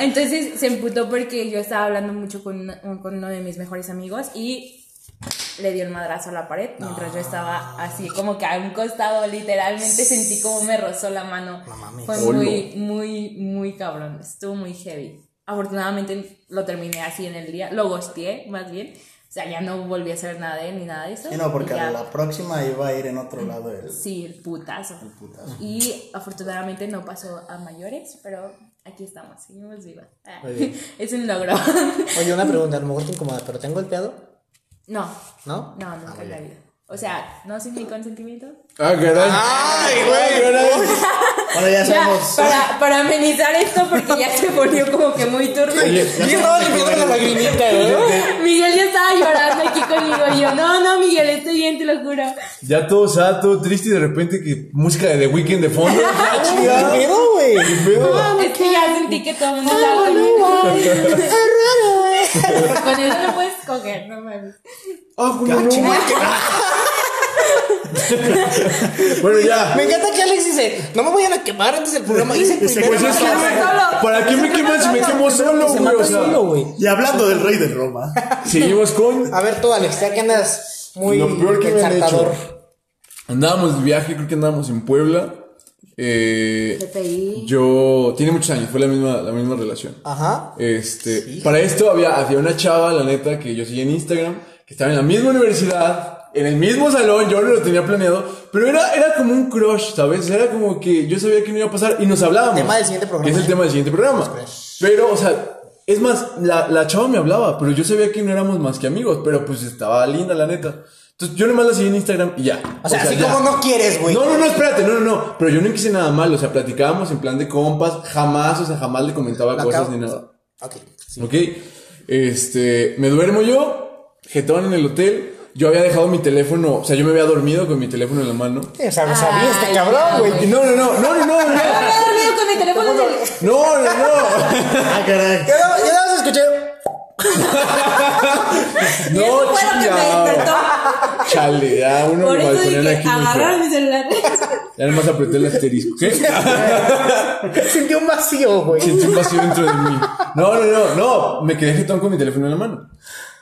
[SPEAKER 4] Entonces se emputó porque yo estaba hablando mucho con, una- un- con uno de mis mejores amigos y le dio el madrazo a la pared mientras yo estaba así como que a un costado literalmente sentí como me rozó la mano.
[SPEAKER 1] No mames.
[SPEAKER 4] Fue
[SPEAKER 3] Olo.
[SPEAKER 4] muy, muy, muy cabrón. Estuvo muy heavy. Afortunadamente lo terminé así en el día. Lo gosteé más bien. O sea, ya no volví a hacer nada de él ni nada de eso.
[SPEAKER 2] Sí, no, porque
[SPEAKER 4] Y ya-
[SPEAKER 2] a la próxima iba a ir en otro lado el
[SPEAKER 4] Sí, el putazo.
[SPEAKER 2] putazo.
[SPEAKER 4] Y afortunadamente no pasó a mayores, pero aquí estamos, seguimos vivas. Ah,
[SPEAKER 1] Muy bien.
[SPEAKER 4] Es un logro.
[SPEAKER 1] Oye, una pregunta, a lo mejor te incomoda, pero ¿te han golpeado?
[SPEAKER 4] No,
[SPEAKER 1] ¿No?
[SPEAKER 4] no, nunca en la vida. O sea, no sin mi consentimiento.
[SPEAKER 3] Ah, caray.
[SPEAKER 1] Ay,
[SPEAKER 3] Ay, caray.
[SPEAKER 2] Ahora ya
[SPEAKER 4] Ya,
[SPEAKER 2] somos.
[SPEAKER 4] para, para amenizar esto, porque ya se volvió como que muy turbio.
[SPEAKER 1] Yo estaba limpiando la lagrimita, ¿eh?
[SPEAKER 4] Miguel ya estaba llorando aquí conmigo. Y yo, no, no, Miguel, estoy bien, te lo juro.
[SPEAKER 3] Ya todo sad, todo triste y de repente que música de The Weeknd de fondo. Ah, chingada.
[SPEAKER 1] Pero, güey.
[SPEAKER 3] ¿Qué pedo?
[SPEAKER 4] Es que ya sentí que todo el
[SPEAKER 1] Ah,
[SPEAKER 4] mundo estaba conmigo. Con eso no puedes coger, no mames.
[SPEAKER 3] Ah, como no,
[SPEAKER 1] Chinga,
[SPEAKER 3] güey.
[SPEAKER 1] que-
[SPEAKER 3] Bueno, ya.
[SPEAKER 1] Me encanta que Alex dice, no me vayan a quemar antes del programa. Dice
[SPEAKER 2] Pues
[SPEAKER 1] primero
[SPEAKER 2] es
[SPEAKER 1] me
[SPEAKER 2] que,
[SPEAKER 1] quemo.
[SPEAKER 2] güey,
[SPEAKER 4] solo.
[SPEAKER 3] ¿Para qué me queman si me quemo solo,
[SPEAKER 1] Se
[SPEAKER 3] güey?
[SPEAKER 1] mata
[SPEAKER 3] O sea,
[SPEAKER 1] solo, güey.
[SPEAKER 2] Y hablando del rey de Roma.
[SPEAKER 3] seguimos con.
[SPEAKER 1] A ver tú, Alex, ya que andas muy
[SPEAKER 3] Lo peor que me han
[SPEAKER 1] exaltador.
[SPEAKER 3] Andábamos de viaje, creo que andábamos en Puebla. Eh,
[SPEAKER 4] TPI.
[SPEAKER 3] yo. Tiene muchos años, fue la misma, la misma relación.
[SPEAKER 1] Ajá.
[SPEAKER 3] Este, para esto había, había una chava, la neta, que yo seguía en Instagram, que estaba en la misma universidad, en el mismo salón, yo no lo tenía planeado, pero era, era como un crush, ¿sabes? Era como que yo sabía que no iba a pasar y nos hablábamos.
[SPEAKER 1] Tema del siguiente programa,
[SPEAKER 3] Es el
[SPEAKER 1] ¿eh?
[SPEAKER 3] tema del siguiente programa. Pero, o sea, es más, la, la chava me hablaba, pero yo sabía que no éramos más que amigos, pero pues estaba linda, la neta. Entonces yo nomás la seguí en Instagram y ya.
[SPEAKER 1] O sea, así
[SPEAKER 3] ya.
[SPEAKER 1] como no quieres, güey.
[SPEAKER 3] No, no, no, espérate, no, no, no. Pero yo no quise nada mal, o sea, platicábamos en plan de compas, jamás, o sea, jamás le comentaba
[SPEAKER 1] La
[SPEAKER 3] cosas
[SPEAKER 1] acabo-
[SPEAKER 3] ni nada.
[SPEAKER 1] Ok.
[SPEAKER 3] Ok, este, me duermo yo, jetón en el hotel. Yo había dejado mi teléfono, o sea, yo me había dormido con mi teléfono en la mano.
[SPEAKER 1] O sea, lo sabía este
[SPEAKER 4] Ay,
[SPEAKER 1] cabrón,
[SPEAKER 4] no,
[SPEAKER 1] güey.
[SPEAKER 3] Y No, no, no, no, no, no, no,
[SPEAKER 4] Me había dormido con mi teléfono en el-
[SPEAKER 3] no, no, no,
[SPEAKER 2] Ah, caray.
[SPEAKER 1] Yo nada yo nada más escuché.
[SPEAKER 3] no,
[SPEAKER 4] Y eso fue lo que me
[SPEAKER 3] chingado.
[SPEAKER 4] despertó.
[SPEAKER 3] Chale, ya uno
[SPEAKER 4] Por
[SPEAKER 3] me
[SPEAKER 4] eso
[SPEAKER 3] balconean
[SPEAKER 4] dije,
[SPEAKER 3] aquí. mucho.
[SPEAKER 4] agarraron mi celular.
[SPEAKER 3] Ya nomás apreté el asterisco, ¿qué?
[SPEAKER 1] Sentí un vacío, güey.
[SPEAKER 3] Sentí un vacío dentro de mí. No, no, no, no, me quedé jetón con mi teléfono en la mano.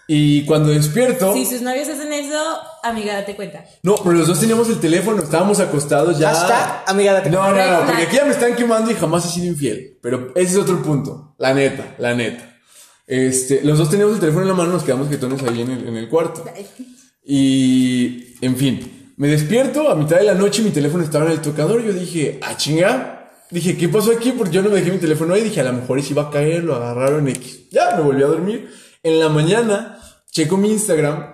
[SPEAKER 3] Y cuando despierto,
[SPEAKER 4] Si sus novios hacen eso, amiga, date cuenta.
[SPEAKER 3] no, pero los dos teníamos el teléfono, estábamos acostados ya.
[SPEAKER 1] Hashtag, amiga, date
[SPEAKER 3] No,
[SPEAKER 1] cuenta.
[SPEAKER 3] no, no,
[SPEAKER 4] Red
[SPEAKER 3] porque
[SPEAKER 4] flag.
[SPEAKER 3] aquí ya me están quemando y jamás he sido infiel. Pero ese es otro punto. La neta, la neta. Este, los dos teníamos el teléfono en la mano, nos quedamos jetones ahí en el, en el cuarto. Y, en fin, me despierto a mitad de la noche, mi teléfono estaba en el tocador. Yo dije, ah, chinga. Dije, ¿qué pasó aquí? Porque yo no me dejé mi teléfono ahí. Dije, a lo mejor y si va a caer, lo agarraron X. Ya, me volví a dormir. En la mañana, checo mi Instagram.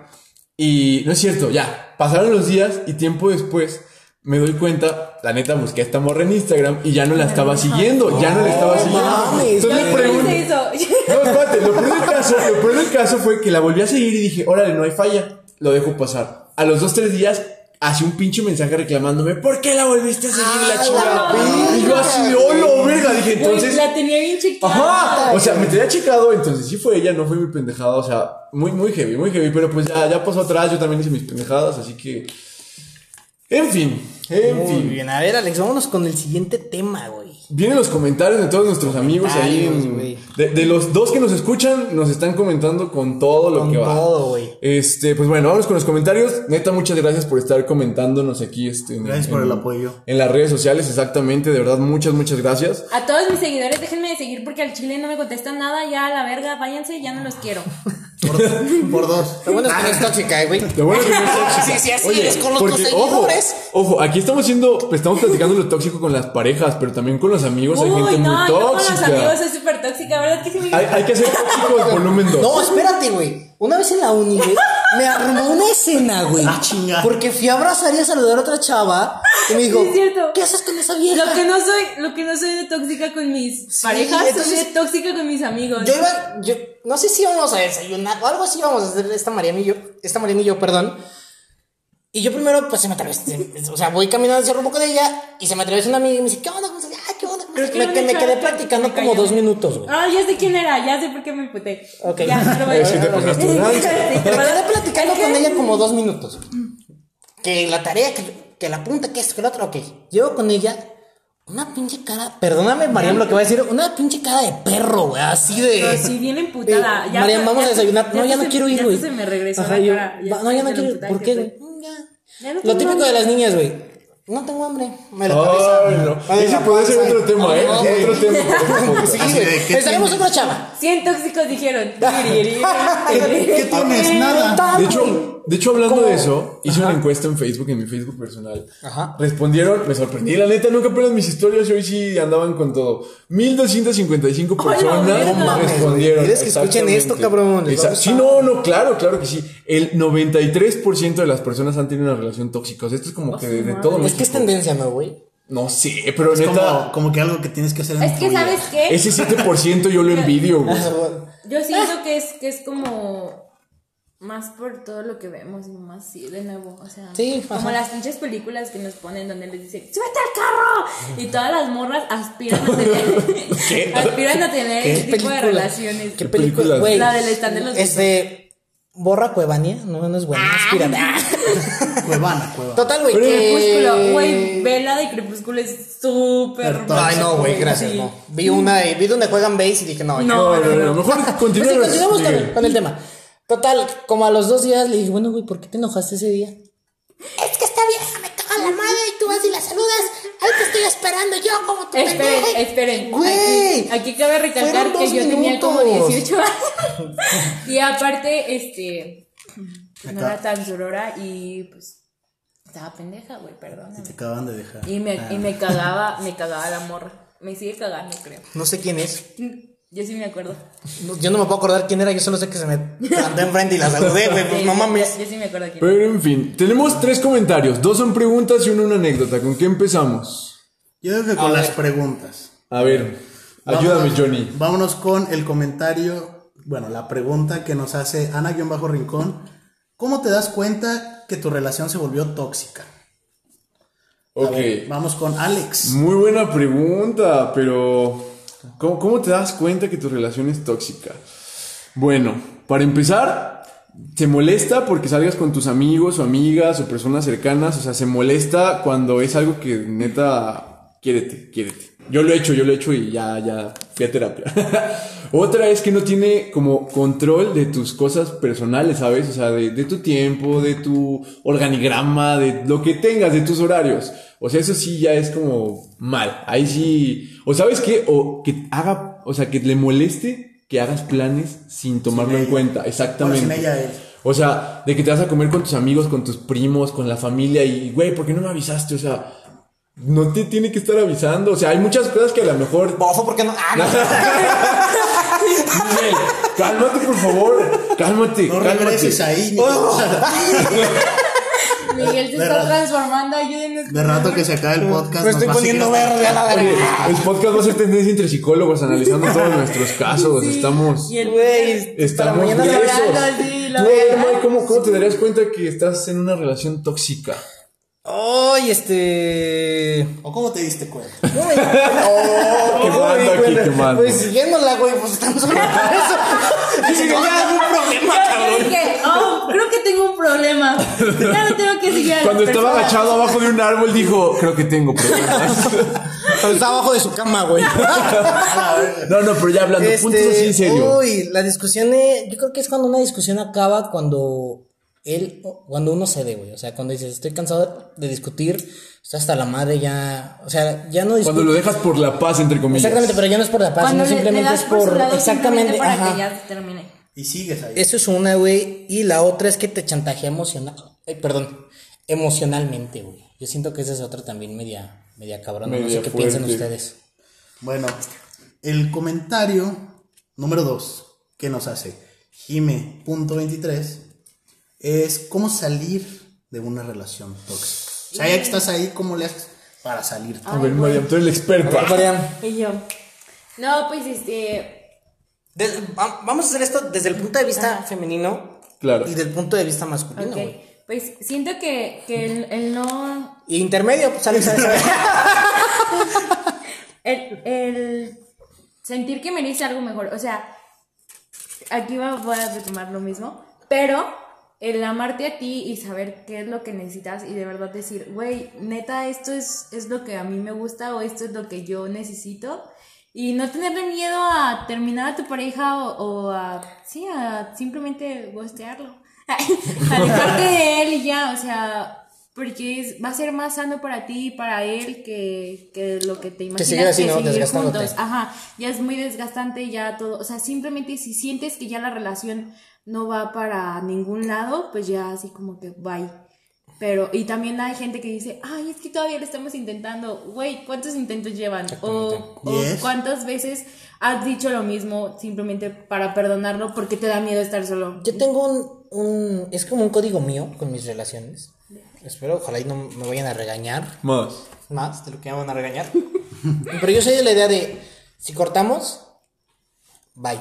[SPEAKER 3] Y no es cierto, ya. Pasaron los días y tiempo después me doy cuenta, la neta, busqué a esta morra en Instagram y ya no la estaba siguiendo. Ya no la estaba siguiendo.
[SPEAKER 1] mames,
[SPEAKER 3] Entonces le
[SPEAKER 1] güey.
[SPEAKER 3] pregunto.
[SPEAKER 4] ¿Qué es eso?
[SPEAKER 3] No, espérate, lo peor del caso, lo peor del caso fue que la volví a seguir y dije, órale, no hay falla, lo dejo pasar. A los dos, tres días, hace un pinche mensaje reclamándome, ¿por qué la volviste a seguir la
[SPEAKER 1] Ah,
[SPEAKER 3] chingada?
[SPEAKER 1] la
[SPEAKER 3] Y yo así de,
[SPEAKER 1] verga,
[SPEAKER 3] oh, la verga, dije, entonces...
[SPEAKER 4] Güey, la tenía bien chequeada.
[SPEAKER 3] Ajá, o sea, me tenía checado, entonces sí fue ella, no fue mi pendejada, o sea, muy, muy heavy, muy heavy, pero pues ya, ya pasó atrás, yo también hice mis pendejadas, así que... En fin, en
[SPEAKER 1] Muy
[SPEAKER 3] fin.
[SPEAKER 1] bien, a ver, Alex, vámonos con el siguiente tema, güey.
[SPEAKER 3] Vienen los comentarios de todos nuestros amigos ahí. en-
[SPEAKER 1] Comentarios, güey.
[SPEAKER 3] de, de los dos que nos escuchan, nos están comentando con todo lo
[SPEAKER 1] Con
[SPEAKER 3] que va.
[SPEAKER 1] todo, güey.
[SPEAKER 3] Este, pues bueno, vamos con los comentarios. Neta, muchas gracias por estar comentándonos aquí. Este, en-
[SPEAKER 2] Gracias por
[SPEAKER 3] en-
[SPEAKER 2] el apoyo.
[SPEAKER 3] En las redes sociales, exactamente. De verdad, muchas, muchas gracias.
[SPEAKER 4] A todos mis seguidores, déjenme de seguir porque al chile no me contestan nada. Ya a la verga, váyanse, ya no los quiero.
[SPEAKER 2] Por, por dos.
[SPEAKER 1] Lo bueno es que no es tóxica, eh, güey.
[SPEAKER 3] Lo bueno es que no es tóxica.
[SPEAKER 1] Sí, sí, así
[SPEAKER 3] Oye,
[SPEAKER 1] eres con los
[SPEAKER 3] porque,
[SPEAKER 1] tus
[SPEAKER 3] ojo,
[SPEAKER 1] seguidores.
[SPEAKER 3] ojo, aquí estamos siendo, estamos platicando lo tóxico con las parejas, pero también con los amigos hay gente
[SPEAKER 4] Uy, no,
[SPEAKER 3] muy
[SPEAKER 4] yo con los amigos
[SPEAKER 3] tóxica.
[SPEAKER 4] soy súper tóxica, ¿verdad? Que sí me
[SPEAKER 3] Hay, hay que hacer tóxico el volumen 2.
[SPEAKER 1] No, espérate, güey. Una vez en la uni, güey, me armó una escena, güey.
[SPEAKER 2] Ah, chinga.
[SPEAKER 1] Porque fui a abrazar y a saludar a otra chava y me dijo,
[SPEAKER 4] Sí, es cierto.
[SPEAKER 1] ¿qué haces con esa vieja?
[SPEAKER 4] Lo que no soy, lo que no soy de tóxica con mis
[SPEAKER 1] Sí,
[SPEAKER 4] parejas, soy
[SPEAKER 1] entonces-
[SPEAKER 4] de tóxica con mis amigos.
[SPEAKER 1] Yo iba, yo, no sé si íbamos a desayunar o algo así íbamos a hacer esta Mariana y yo, esta Mariana y yo, perdón. Y yo primero, pues se me atravesó, o sea, voy caminando hacia rumbo con ella y se me atravesó una amiga y me dice, ¿qué onda? ¿Cómo estás? Ah, ¿qué onda?
[SPEAKER 4] Creo que
[SPEAKER 1] me,
[SPEAKER 4] era
[SPEAKER 1] que-
[SPEAKER 4] una
[SPEAKER 1] me
[SPEAKER 4] chava
[SPEAKER 1] quedé
[SPEAKER 4] que-
[SPEAKER 1] platicando
[SPEAKER 4] que
[SPEAKER 1] como
[SPEAKER 4] "Ah, pues, cayó.
[SPEAKER 1] dos minutos, güey.
[SPEAKER 4] Ah, ya sé quién era, ya sé por qué me emputé.
[SPEAKER 1] Ok.
[SPEAKER 4] Ya, no lo voy a
[SPEAKER 3] Eh, sí te pasaste de lanza.
[SPEAKER 4] Sí, te
[SPEAKER 1] Me quedé
[SPEAKER 4] pasaste.
[SPEAKER 1] platicando
[SPEAKER 4] Es que-
[SPEAKER 1] con ella como dos minutos. Que la tarea, que, que la punta, que esto, que la otra, ok. Llego con ella, una pinche cara, perdóname, Mariam, lo que voy a decir, una pinche cara de perro, güey, así de.
[SPEAKER 4] Pero sí, bien emputada.
[SPEAKER 1] Eh,
[SPEAKER 4] Ya-
[SPEAKER 1] Mariam,
[SPEAKER 4] ya-
[SPEAKER 1] vamos a
[SPEAKER 4] ya-
[SPEAKER 1] desayunar.
[SPEAKER 4] ya
[SPEAKER 1] No, ya
[SPEAKER 4] se-
[SPEAKER 1] no quiero ir,
[SPEAKER 4] ya
[SPEAKER 1] güey.
[SPEAKER 4] se me regresó
[SPEAKER 1] Ajá,
[SPEAKER 4] la
[SPEAKER 1] yo,
[SPEAKER 4] cara, ya
[SPEAKER 1] va- No, ya
[SPEAKER 4] se
[SPEAKER 1] no
[SPEAKER 4] me
[SPEAKER 1] quiero ir.
[SPEAKER 4] emputé,
[SPEAKER 1] ¿Por
[SPEAKER 4] ya
[SPEAKER 1] qué,
[SPEAKER 4] estoy.
[SPEAKER 1] güey? Mm, ya.
[SPEAKER 4] Ya no
[SPEAKER 1] Lo
[SPEAKER 4] tengo
[SPEAKER 1] típico de
[SPEAKER 4] hambre.
[SPEAKER 1] las niñas, güey. No tengo hambre. Me
[SPEAKER 3] Oh,
[SPEAKER 1] la
[SPEAKER 3] Ay,
[SPEAKER 1] cabeza.
[SPEAKER 3] no.
[SPEAKER 1] Ay,
[SPEAKER 3] Ese
[SPEAKER 1] la
[SPEAKER 3] puede ser
[SPEAKER 1] panza.
[SPEAKER 3] otro tema, ¿eh?
[SPEAKER 1] Ay,
[SPEAKER 3] Otro tema. para otro podcast.
[SPEAKER 1] Sí,
[SPEAKER 2] Así
[SPEAKER 1] güey.
[SPEAKER 2] de, ¿qué
[SPEAKER 1] Pensaremos otra chava.
[SPEAKER 4] 100 tóxicos dijeron.
[SPEAKER 2] ¿Qué tienes? Nada.
[SPEAKER 3] De hecho, de hecho hablando de eso, hice una encuesta en Facebook, en mi Facebook personal.
[SPEAKER 1] Ajá.
[SPEAKER 3] Respondieron, me sorprendí. La neta, nunca apenas mis historias y hoy sí andaban con todo. 1255 personas
[SPEAKER 4] verga. No mames,
[SPEAKER 1] güey.
[SPEAKER 3] respondieron.
[SPEAKER 1] Tienes que escuchen
[SPEAKER 3] Exactamente.
[SPEAKER 1] esto, cabrón. Les va a
[SPEAKER 3] Exacto. Sí, no,
[SPEAKER 1] gustar.
[SPEAKER 3] no, claro, claro que sí. El 93% de las personas han tenido una relación tóxica. O sea, esto es como que de, de todo
[SPEAKER 1] Es que es
[SPEAKER 3] México.
[SPEAKER 1] tendencia, ¿no, güey?
[SPEAKER 3] No sé, pero
[SPEAKER 2] Es
[SPEAKER 3] neta,
[SPEAKER 2] como, como que algo que tienes que hacer en
[SPEAKER 4] Es
[SPEAKER 2] tu
[SPEAKER 4] que,
[SPEAKER 2] vida.
[SPEAKER 4] ¿sabes qué?
[SPEAKER 3] ese 7% yo lo envidio, güey.
[SPEAKER 4] Yo siento que es, que es como más por todo lo que vemos y más sí, de nuevo. O sea,
[SPEAKER 1] Sí,
[SPEAKER 4] como
[SPEAKER 1] ajá.
[SPEAKER 4] las pinches películas que nos ponen donde les dicen, ¡súbete al carro! Y todas las morras aspiran a tener, aspiran a tener ese tipo de relaciones.
[SPEAKER 1] ¿Qué película,
[SPEAKER 3] películas?
[SPEAKER 1] güey?
[SPEAKER 4] La del stand de los Ah,
[SPEAKER 1] Este. Borra Cuevania, no, no es buena, es pirata.
[SPEAKER 2] Cuevana, cueva.
[SPEAKER 1] Total, güey.
[SPEAKER 4] Crepúsculo,
[SPEAKER 1] que-
[SPEAKER 4] güey. Vela de Crepúsculo es súper.
[SPEAKER 2] Perdón.
[SPEAKER 1] Ay, no, güey,
[SPEAKER 4] Sí.
[SPEAKER 1] gracias, no. Vi una, de- vi donde juegan base y dije, no, yo-
[SPEAKER 4] No,
[SPEAKER 3] No, no, no, mejor
[SPEAKER 1] Pues sí,
[SPEAKER 3] continuemos.
[SPEAKER 1] continuamos con el,
[SPEAKER 3] Miguel.
[SPEAKER 1] con el tema. Total, como a los dos días le dije, bueno, güey, ¿por qué te enojaste ese día? Es que esta vieja me caga la madre y tú vas y la saludas. Ahí te estoy esperando yo como tu
[SPEAKER 4] Esperen,
[SPEAKER 1] pendeja".
[SPEAKER 4] esperen.
[SPEAKER 1] Güey.
[SPEAKER 4] Aquí, aquí cabe recalcar
[SPEAKER 1] fueron
[SPEAKER 4] que
[SPEAKER 1] dos
[SPEAKER 4] yo tenía como
[SPEAKER 1] minutos.
[SPEAKER 4] 18 años. y aparte, este. No era tan sorora y pues. Estaba pendeja, güey, perdón.
[SPEAKER 2] Te acaban de dejar.
[SPEAKER 4] Y me,
[SPEAKER 2] Ah.
[SPEAKER 4] y me cagaba, me cagaba la morra. Me sigue cagando, creo.
[SPEAKER 1] No sé quién es.
[SPEAKER 4] Yo sí me acuerdo.
[SPEAKER 1] No, Yo no me puedo acordar quién era, yo solo sé que se me planté enfrente y la saludé, güey. Pues no mames.
[SPEAKER 4] Yo sí me acuerdo quién.
[SPEAKER 3] Pero en fin, tenemos tres comentarios. Dos son preguntas y uno una anécdota. ¿Con qué empezamos?
[SPEAKER 2] Yo creo que con las preguntas.
[SPEAKER 3] A ver, ayúdame,
[SPEAKER 2] Vámonos-
[SPEAKER 3] Johnny.
[SPEAKER 2] Vámonos con el comentario, bueno, la pregunta que nos hace Ana-Rincón. ¿Cómo te das cuenta que tu relación se volvió tóxica? A
[SPEAKER 3] Ok. Mm,
[SPEAKER 2] ver, vamos con Alex.
[SPEAKER 3] Muy buena pregunta, pero ¿cómo, cómo te das cuenta que tu relación es tóxica? Bueno, para empezar, te molesta porque salgas con tus amigos o amigas o personas cercanas, o sea, se molesta cuando es algo que neta, quiérete, quiérete. Yo lo he hecho, yo lo he hecho y ya, ya fui a terapia. Otra es que no tiene como control de tus cosas personales, ¿sabes? O sea, de, de tu tiempo, de tu organigrama, de lo que tengas, de tus horarios. O sea, eso sí ya es como mal. Ahí sí. O sabes qué? O que haga, o sea, que le moleste que hagas planes sin tomarlo en
[SPEAKER 2] ella.
[SPEAKER 3] cuenta. Exactamente.
[SPEAKER 2] Bueno, sin ella, él.
[SPEAKER 3] O sea, de que te vas a comer con tus amigos, con tus primos, con la familia y, güey, ¿por qué no me avisaste? O sea, no te tiene que estar avisando. O sea, hay muchas cosas que a lo mejor
[SPEAKER 1] Bofo, ¿por qué no? Ah, no.
[SPEAKER 3] Miguel, cálmate, por favor. Cálmate.
[SPEAKER 2] No
[SPEAKER 3] cálmate. Oh.
[SPEAKER 2] regreses ahí. mi cosa.
[SPEAKER 4] Miguel se
[SPEAKER 2] De
[SPEAKER 4] está
[SPEAKER 2] rato.
[SPEAKER 4] transformando, ayúdenos.
[SPEAKER 2] De rato que se acabe el podcast.
[SPEAKER 1] Me
[SPEAKER 2] nos
[SPEAKER 1] estoy
[SPEAKER 2] va a seguir
[SPEAKER 1] poniendo
[SPEAKER 2] hasta-
[SPEAKER 1] verde a la
[SPEAKER 3] Oye,
[SPEAKER 1] verga.
[SPEAKER 3] el podcast va a ser tendencia entre psicólogos analizando todos nuestros casos. Estamos.
[SPEAKER 4] Y el
[SPEAKER 1] Güey, pues, para
[SPEAKER 3] Estamos
[SPEAKER 1] mañana
[SPEAKER 3] tiesos.
[SPEAKER 4] llorando así, la
[SPEAKER 3] Tú,
[SPEAKER 4] verdad.
[SPEAKER 3] Mike, ¿cómo, ¿Cómo te darías cuenta que estás en una relación tóxica?
[SPEAKER 1] Ay, este.
[SPEAKER 2] ¿O cómo te diste cuenta?
[SPEAKER 1] No me di cuenta. Oh, no me
[SPEAKER 3] Qué
[SPEAKER 1] di
[SPEAKER 3] mando aquí,
[SPEAKER 1] cuenta.
[SPEAKER 3] qué mando.
[SPEAKER 1] Pues siguiéndola, güey, pues estamos hablando de eso. Así que ya es un problema,
[SPEAKER 4] Yo
[SPEAKER 1] cabrón.
[SPEAKER 4] dije, oh, creo que tengo un problema. Ya no tengo que seguir a las
[SPEAKER 3] Cuando estaba
[SPEAKER 4] personas.
[SPEAKER 3] agachado abajo de un árbol dijo, creo que tengo problemas.
[SPEAKER 1] Pero está abajo de su cama, güey. Este,
[SPEAKER 3] No, no, pero ya hablando, puntos así en serio.
[SPEAKER 1] Uy, la discusión eh, yo creo que es cuando una discusión acaba cuando él, o- cuando uno cede, güey. O sea, cuando dices, estoy cansado de discutir, estoy hasta la madre ya. O sea, ya no discuto.
[SPEAKER 3] Cuando lo dejas por la paz, entre comillas.
[SPEAKER 1] Exactamente, pero ya no es por la paz,
[SPEAKER 4] Cuando
[SPEAKER 1] sino
[SPEAKER 4] le- le
[SPEAKER 1] simplemente
[SPEAKER 4] das
[SPEAKER 1] es
[SPEAKER 4] su
[SPEAKER 1] por.
[SPEAKER 4] lado simplemente
[SPEAKER 1] Exactamente,
[SPEAKER 4] para
[SPEAKER 1] ajá.
[SPEAKER 4] que ya se termine.
[SPEAKER 2] Y sigues ahí.
[SPEAKER 1] Eso es una, güey. Y la otra es que te chantajea emocional. Ay, perdón. Emocionalmente, güey. Yo siento que esa es otra también media, media cabrón. no sé
[SPEAKER 3] Media
[SPEAKER 1] qué
[SPEAKER 3] fuerte.
[SPEAKER 1] piensan ustedes.
[SPEAKER 2] Bueno, el comentario número 2 que nos hace Jime.23 es cómo salir de una relación tóxica. O sea, ya que estás ahí, ¿cómo le haces para salir?
[SPEAKER 3] A ver, Mariam, tú eres la experta.
[SPEAKER 1] Marian,
[SPEAKER 4] Y yo, no, pues este.
[SPEAKER 1] des- va- vamos a hacer esto desde el punto de vista femenino
[SPEAKER 3] Claro.
[SPEAKER 1] y del punto de vista masculino,
[SPEAKER 4] Ok.
[SPEAKER 1] güey.
[SPEAKER 4] Pues siento que, que el, el no.
[SPEAKER 1] Y intermedio, pues sale
[SPEAKER 4] El, el sentir que merece algo mejor. O sea, aquí va- voy a retomar lo mismo, pero el amarte a ti y saber qué es lo que necesitas y de verdad decir, güey, neta, esto es, es lo que a mí me gusta o esto es lo que yo necesito. Y no tenerle miedo a terminar a tu pareja o, o a, sí, a simplemente gostearlo. Alejarte de él y ya, o sea, porque es- va a ser más sano para ti y para él que, que lo que te imaginas
[SPEAKER 1] seguir así, ¿no?
[SPEAKER 4] seguir
[SPEAKER 1] Desgastándote.
[SPEAKER 4] juntos. Ajá, ya es muy desgastante, ya todo, o sea, simplemente si sientes que ya la relación no va para ningún lado, pues ya así como que bye. Pero, y también hay gente que dice, ay, es que todavía lo estamos intentando, güey, ¿cuántos intentos llevan? O, o
[SPEAKER 2] Yes.
[SPEAKER 4] cuántas veces has dicho lo mismo simplemente para perdonarlo porque te da miedo estar solo.
[SPEAKER 1] Yo tengo un, un- Es como un código mío con mis relaciones. Espero, ojalá y no me vayan a regañar
[SPEAKER 3] Más.
[SPEAKER 1] más de lo que me van a regañar. Pero yo soy de la idea de: si cortamos, bye.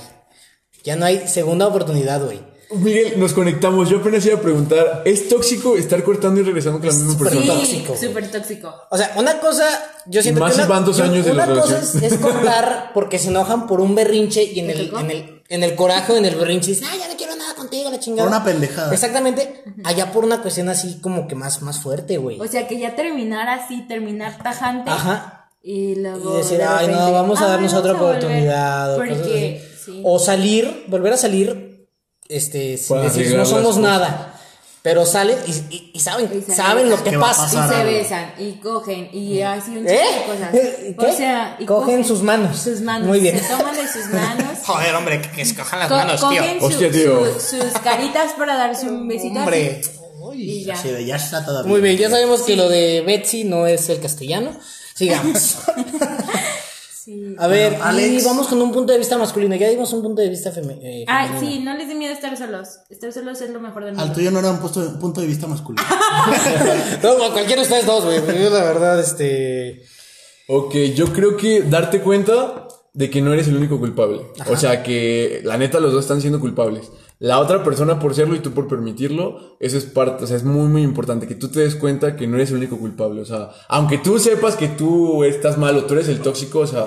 [SPEAKER 1] Ya no hay segunda oportunidad, güey.
[SPEAKER 3] Miguel, nos conectamos. Yo apenas iba a preguntar, ¿es tóxico estar cortando y regresando con la misma
[SPEAKER 1] súper
[SPEAKER 3] persona?
[SPEAKER 1] tóxico.
[SPEAKER 4] Sí, súper tóxico.
[SPEAKER 1] O sea, una cosa, yo siento
[SPEAKER 3] más
[SPEAKER 1] que
[SPEAKER 3] si
[SPEAKER 1] una,
[SPEAKER 3] van dos años de
[SPEAKER 1] una
[SPEAKER 3] la
[SPEAKER 1] cosa es,
[SPEAKER 3] relación.
[SPEAKER 1] es cortar porque se enojan por un berrinche y en
[SPEAKER 4] ¿Te
[SPEAKER 1] el,
[SPEAKER 4] tocó?
[SPEAKER 1] en el, en el coraje o en el berrinche dicen, ay, ya no quiero nada contigo. contigo, la chingada.
[SPEAKER 2] Por una pendejada.
[SPEAKER 1] Exactamente, allá por una cuestión así como que más, más fuerte, güey.
[SPEAKER 4] O sea, que ya terminar así, terminar tajante.
[SPEAKER 1] Ajá.
[SPEAKER 4] Y luego.
[SPEAKER 1] Y decir,
[SPEAKER 4] de
[SPEAKER 1] ay, no,
[SPEAKER 4] repente,
[SPEAKER 1] vamos a
[SPEAKER 4] "Ay,
[SPEAKER 1] darnos
[SPEAKER 4] vamos
[SPEAKER 1] otra
[SPEAKER 4] a volver",
[SPEAKER 1] oportunidad. O, cosas
[SPEAKER 4] Porque.
[SPEAKER 1] así.
[SPEAKER 4] Sí.
[SPEAKER 1] O salir, volver a salir, este, sin
[SPEAKER 3] Para
[SPEAKER 1] decir,
[SPEAKER 3] arreglar
[SPEAKER 1] no
[SPEAKER 3] las
[SPEAKER 1] somos
[SPEAKER 3] cosas".
[SPEAKER 1] nada. Pero salen y, y- y saben,
[SPEAKER 4] Y saben
[SPEAKER 1] saben lo que
[SPEAKER 2] qué va a
[SPEAKER 1] pasa.
[SPEAKER 2] pasar.
[SPEAKER 4] y se
[SPEAKER 2] algo.
[SPEAKER 4] besan y cogen y así un chico
[SPEAKER 1] ¿Eh?
[SPEAKER 4] de cosas.
[SPEAKER 1] ¿Eh? ¿Qué?
[SPEAKER 4] O sea, y
[SPEAKER 1] Cogen sus manos.
[SPEAKER 4] Sus manos.
[SPEAKER 1] Muy bien.
[SPEAKER 4] Se toman de sus manos.
[SPEAKER 1] Joder, hombre, que, que se cojan las
[SPEAKER 4] co-
[SPEAKER 1] manos, tío.
[SPEAKER 4] cogen su-
[SPEAKER 3] Hostia, tío.
[SPEAKER 4] su- sus caritas para darse un besito.
[SPEAKER 1] Hombre.
[SPEAKER 4] así, Y ya.
[SPEAKER 2] Así de, ya está todavía.
[SPEAKER 1] Muy bien, ya sabemos que lo de Betsy no es el castellano. Sigamos.
[SPEAKER 4] Sí.
[SPEAKER 1] A ver,
[SPEAKER 2] Alex.
[SPEAKER 1] y vamos con un punto de vista masculino. Ya dimos un punto de vista femi- eh, femenino.
[SPEAKER 4] Ay, sí, no les dé miedo estar solos. Estar solos es lo mejor del
[SPEAKER 2] Al
[SPEAKER 4] mundo.
[SPEAKER 2] tuyo no era un puesto- punto de vista masculino.
[SPEAKER 1] No, bueno, cualquiera de ustedes dos, güey. Yo la verdad, este.
[SPEAKER 3] Ok, yo creo que darte cuenta de que no eres el único culpable. O sea, que la neta los dos están siendo culpables. La otra persona por serlo y tú por permitirlo, eso es parte, o sea, es muy muy importante que tú te des cuenta que no eres el único culpable. O sea, aunque tú sepas que tú estás mal o tú eres el tóxico, o sea,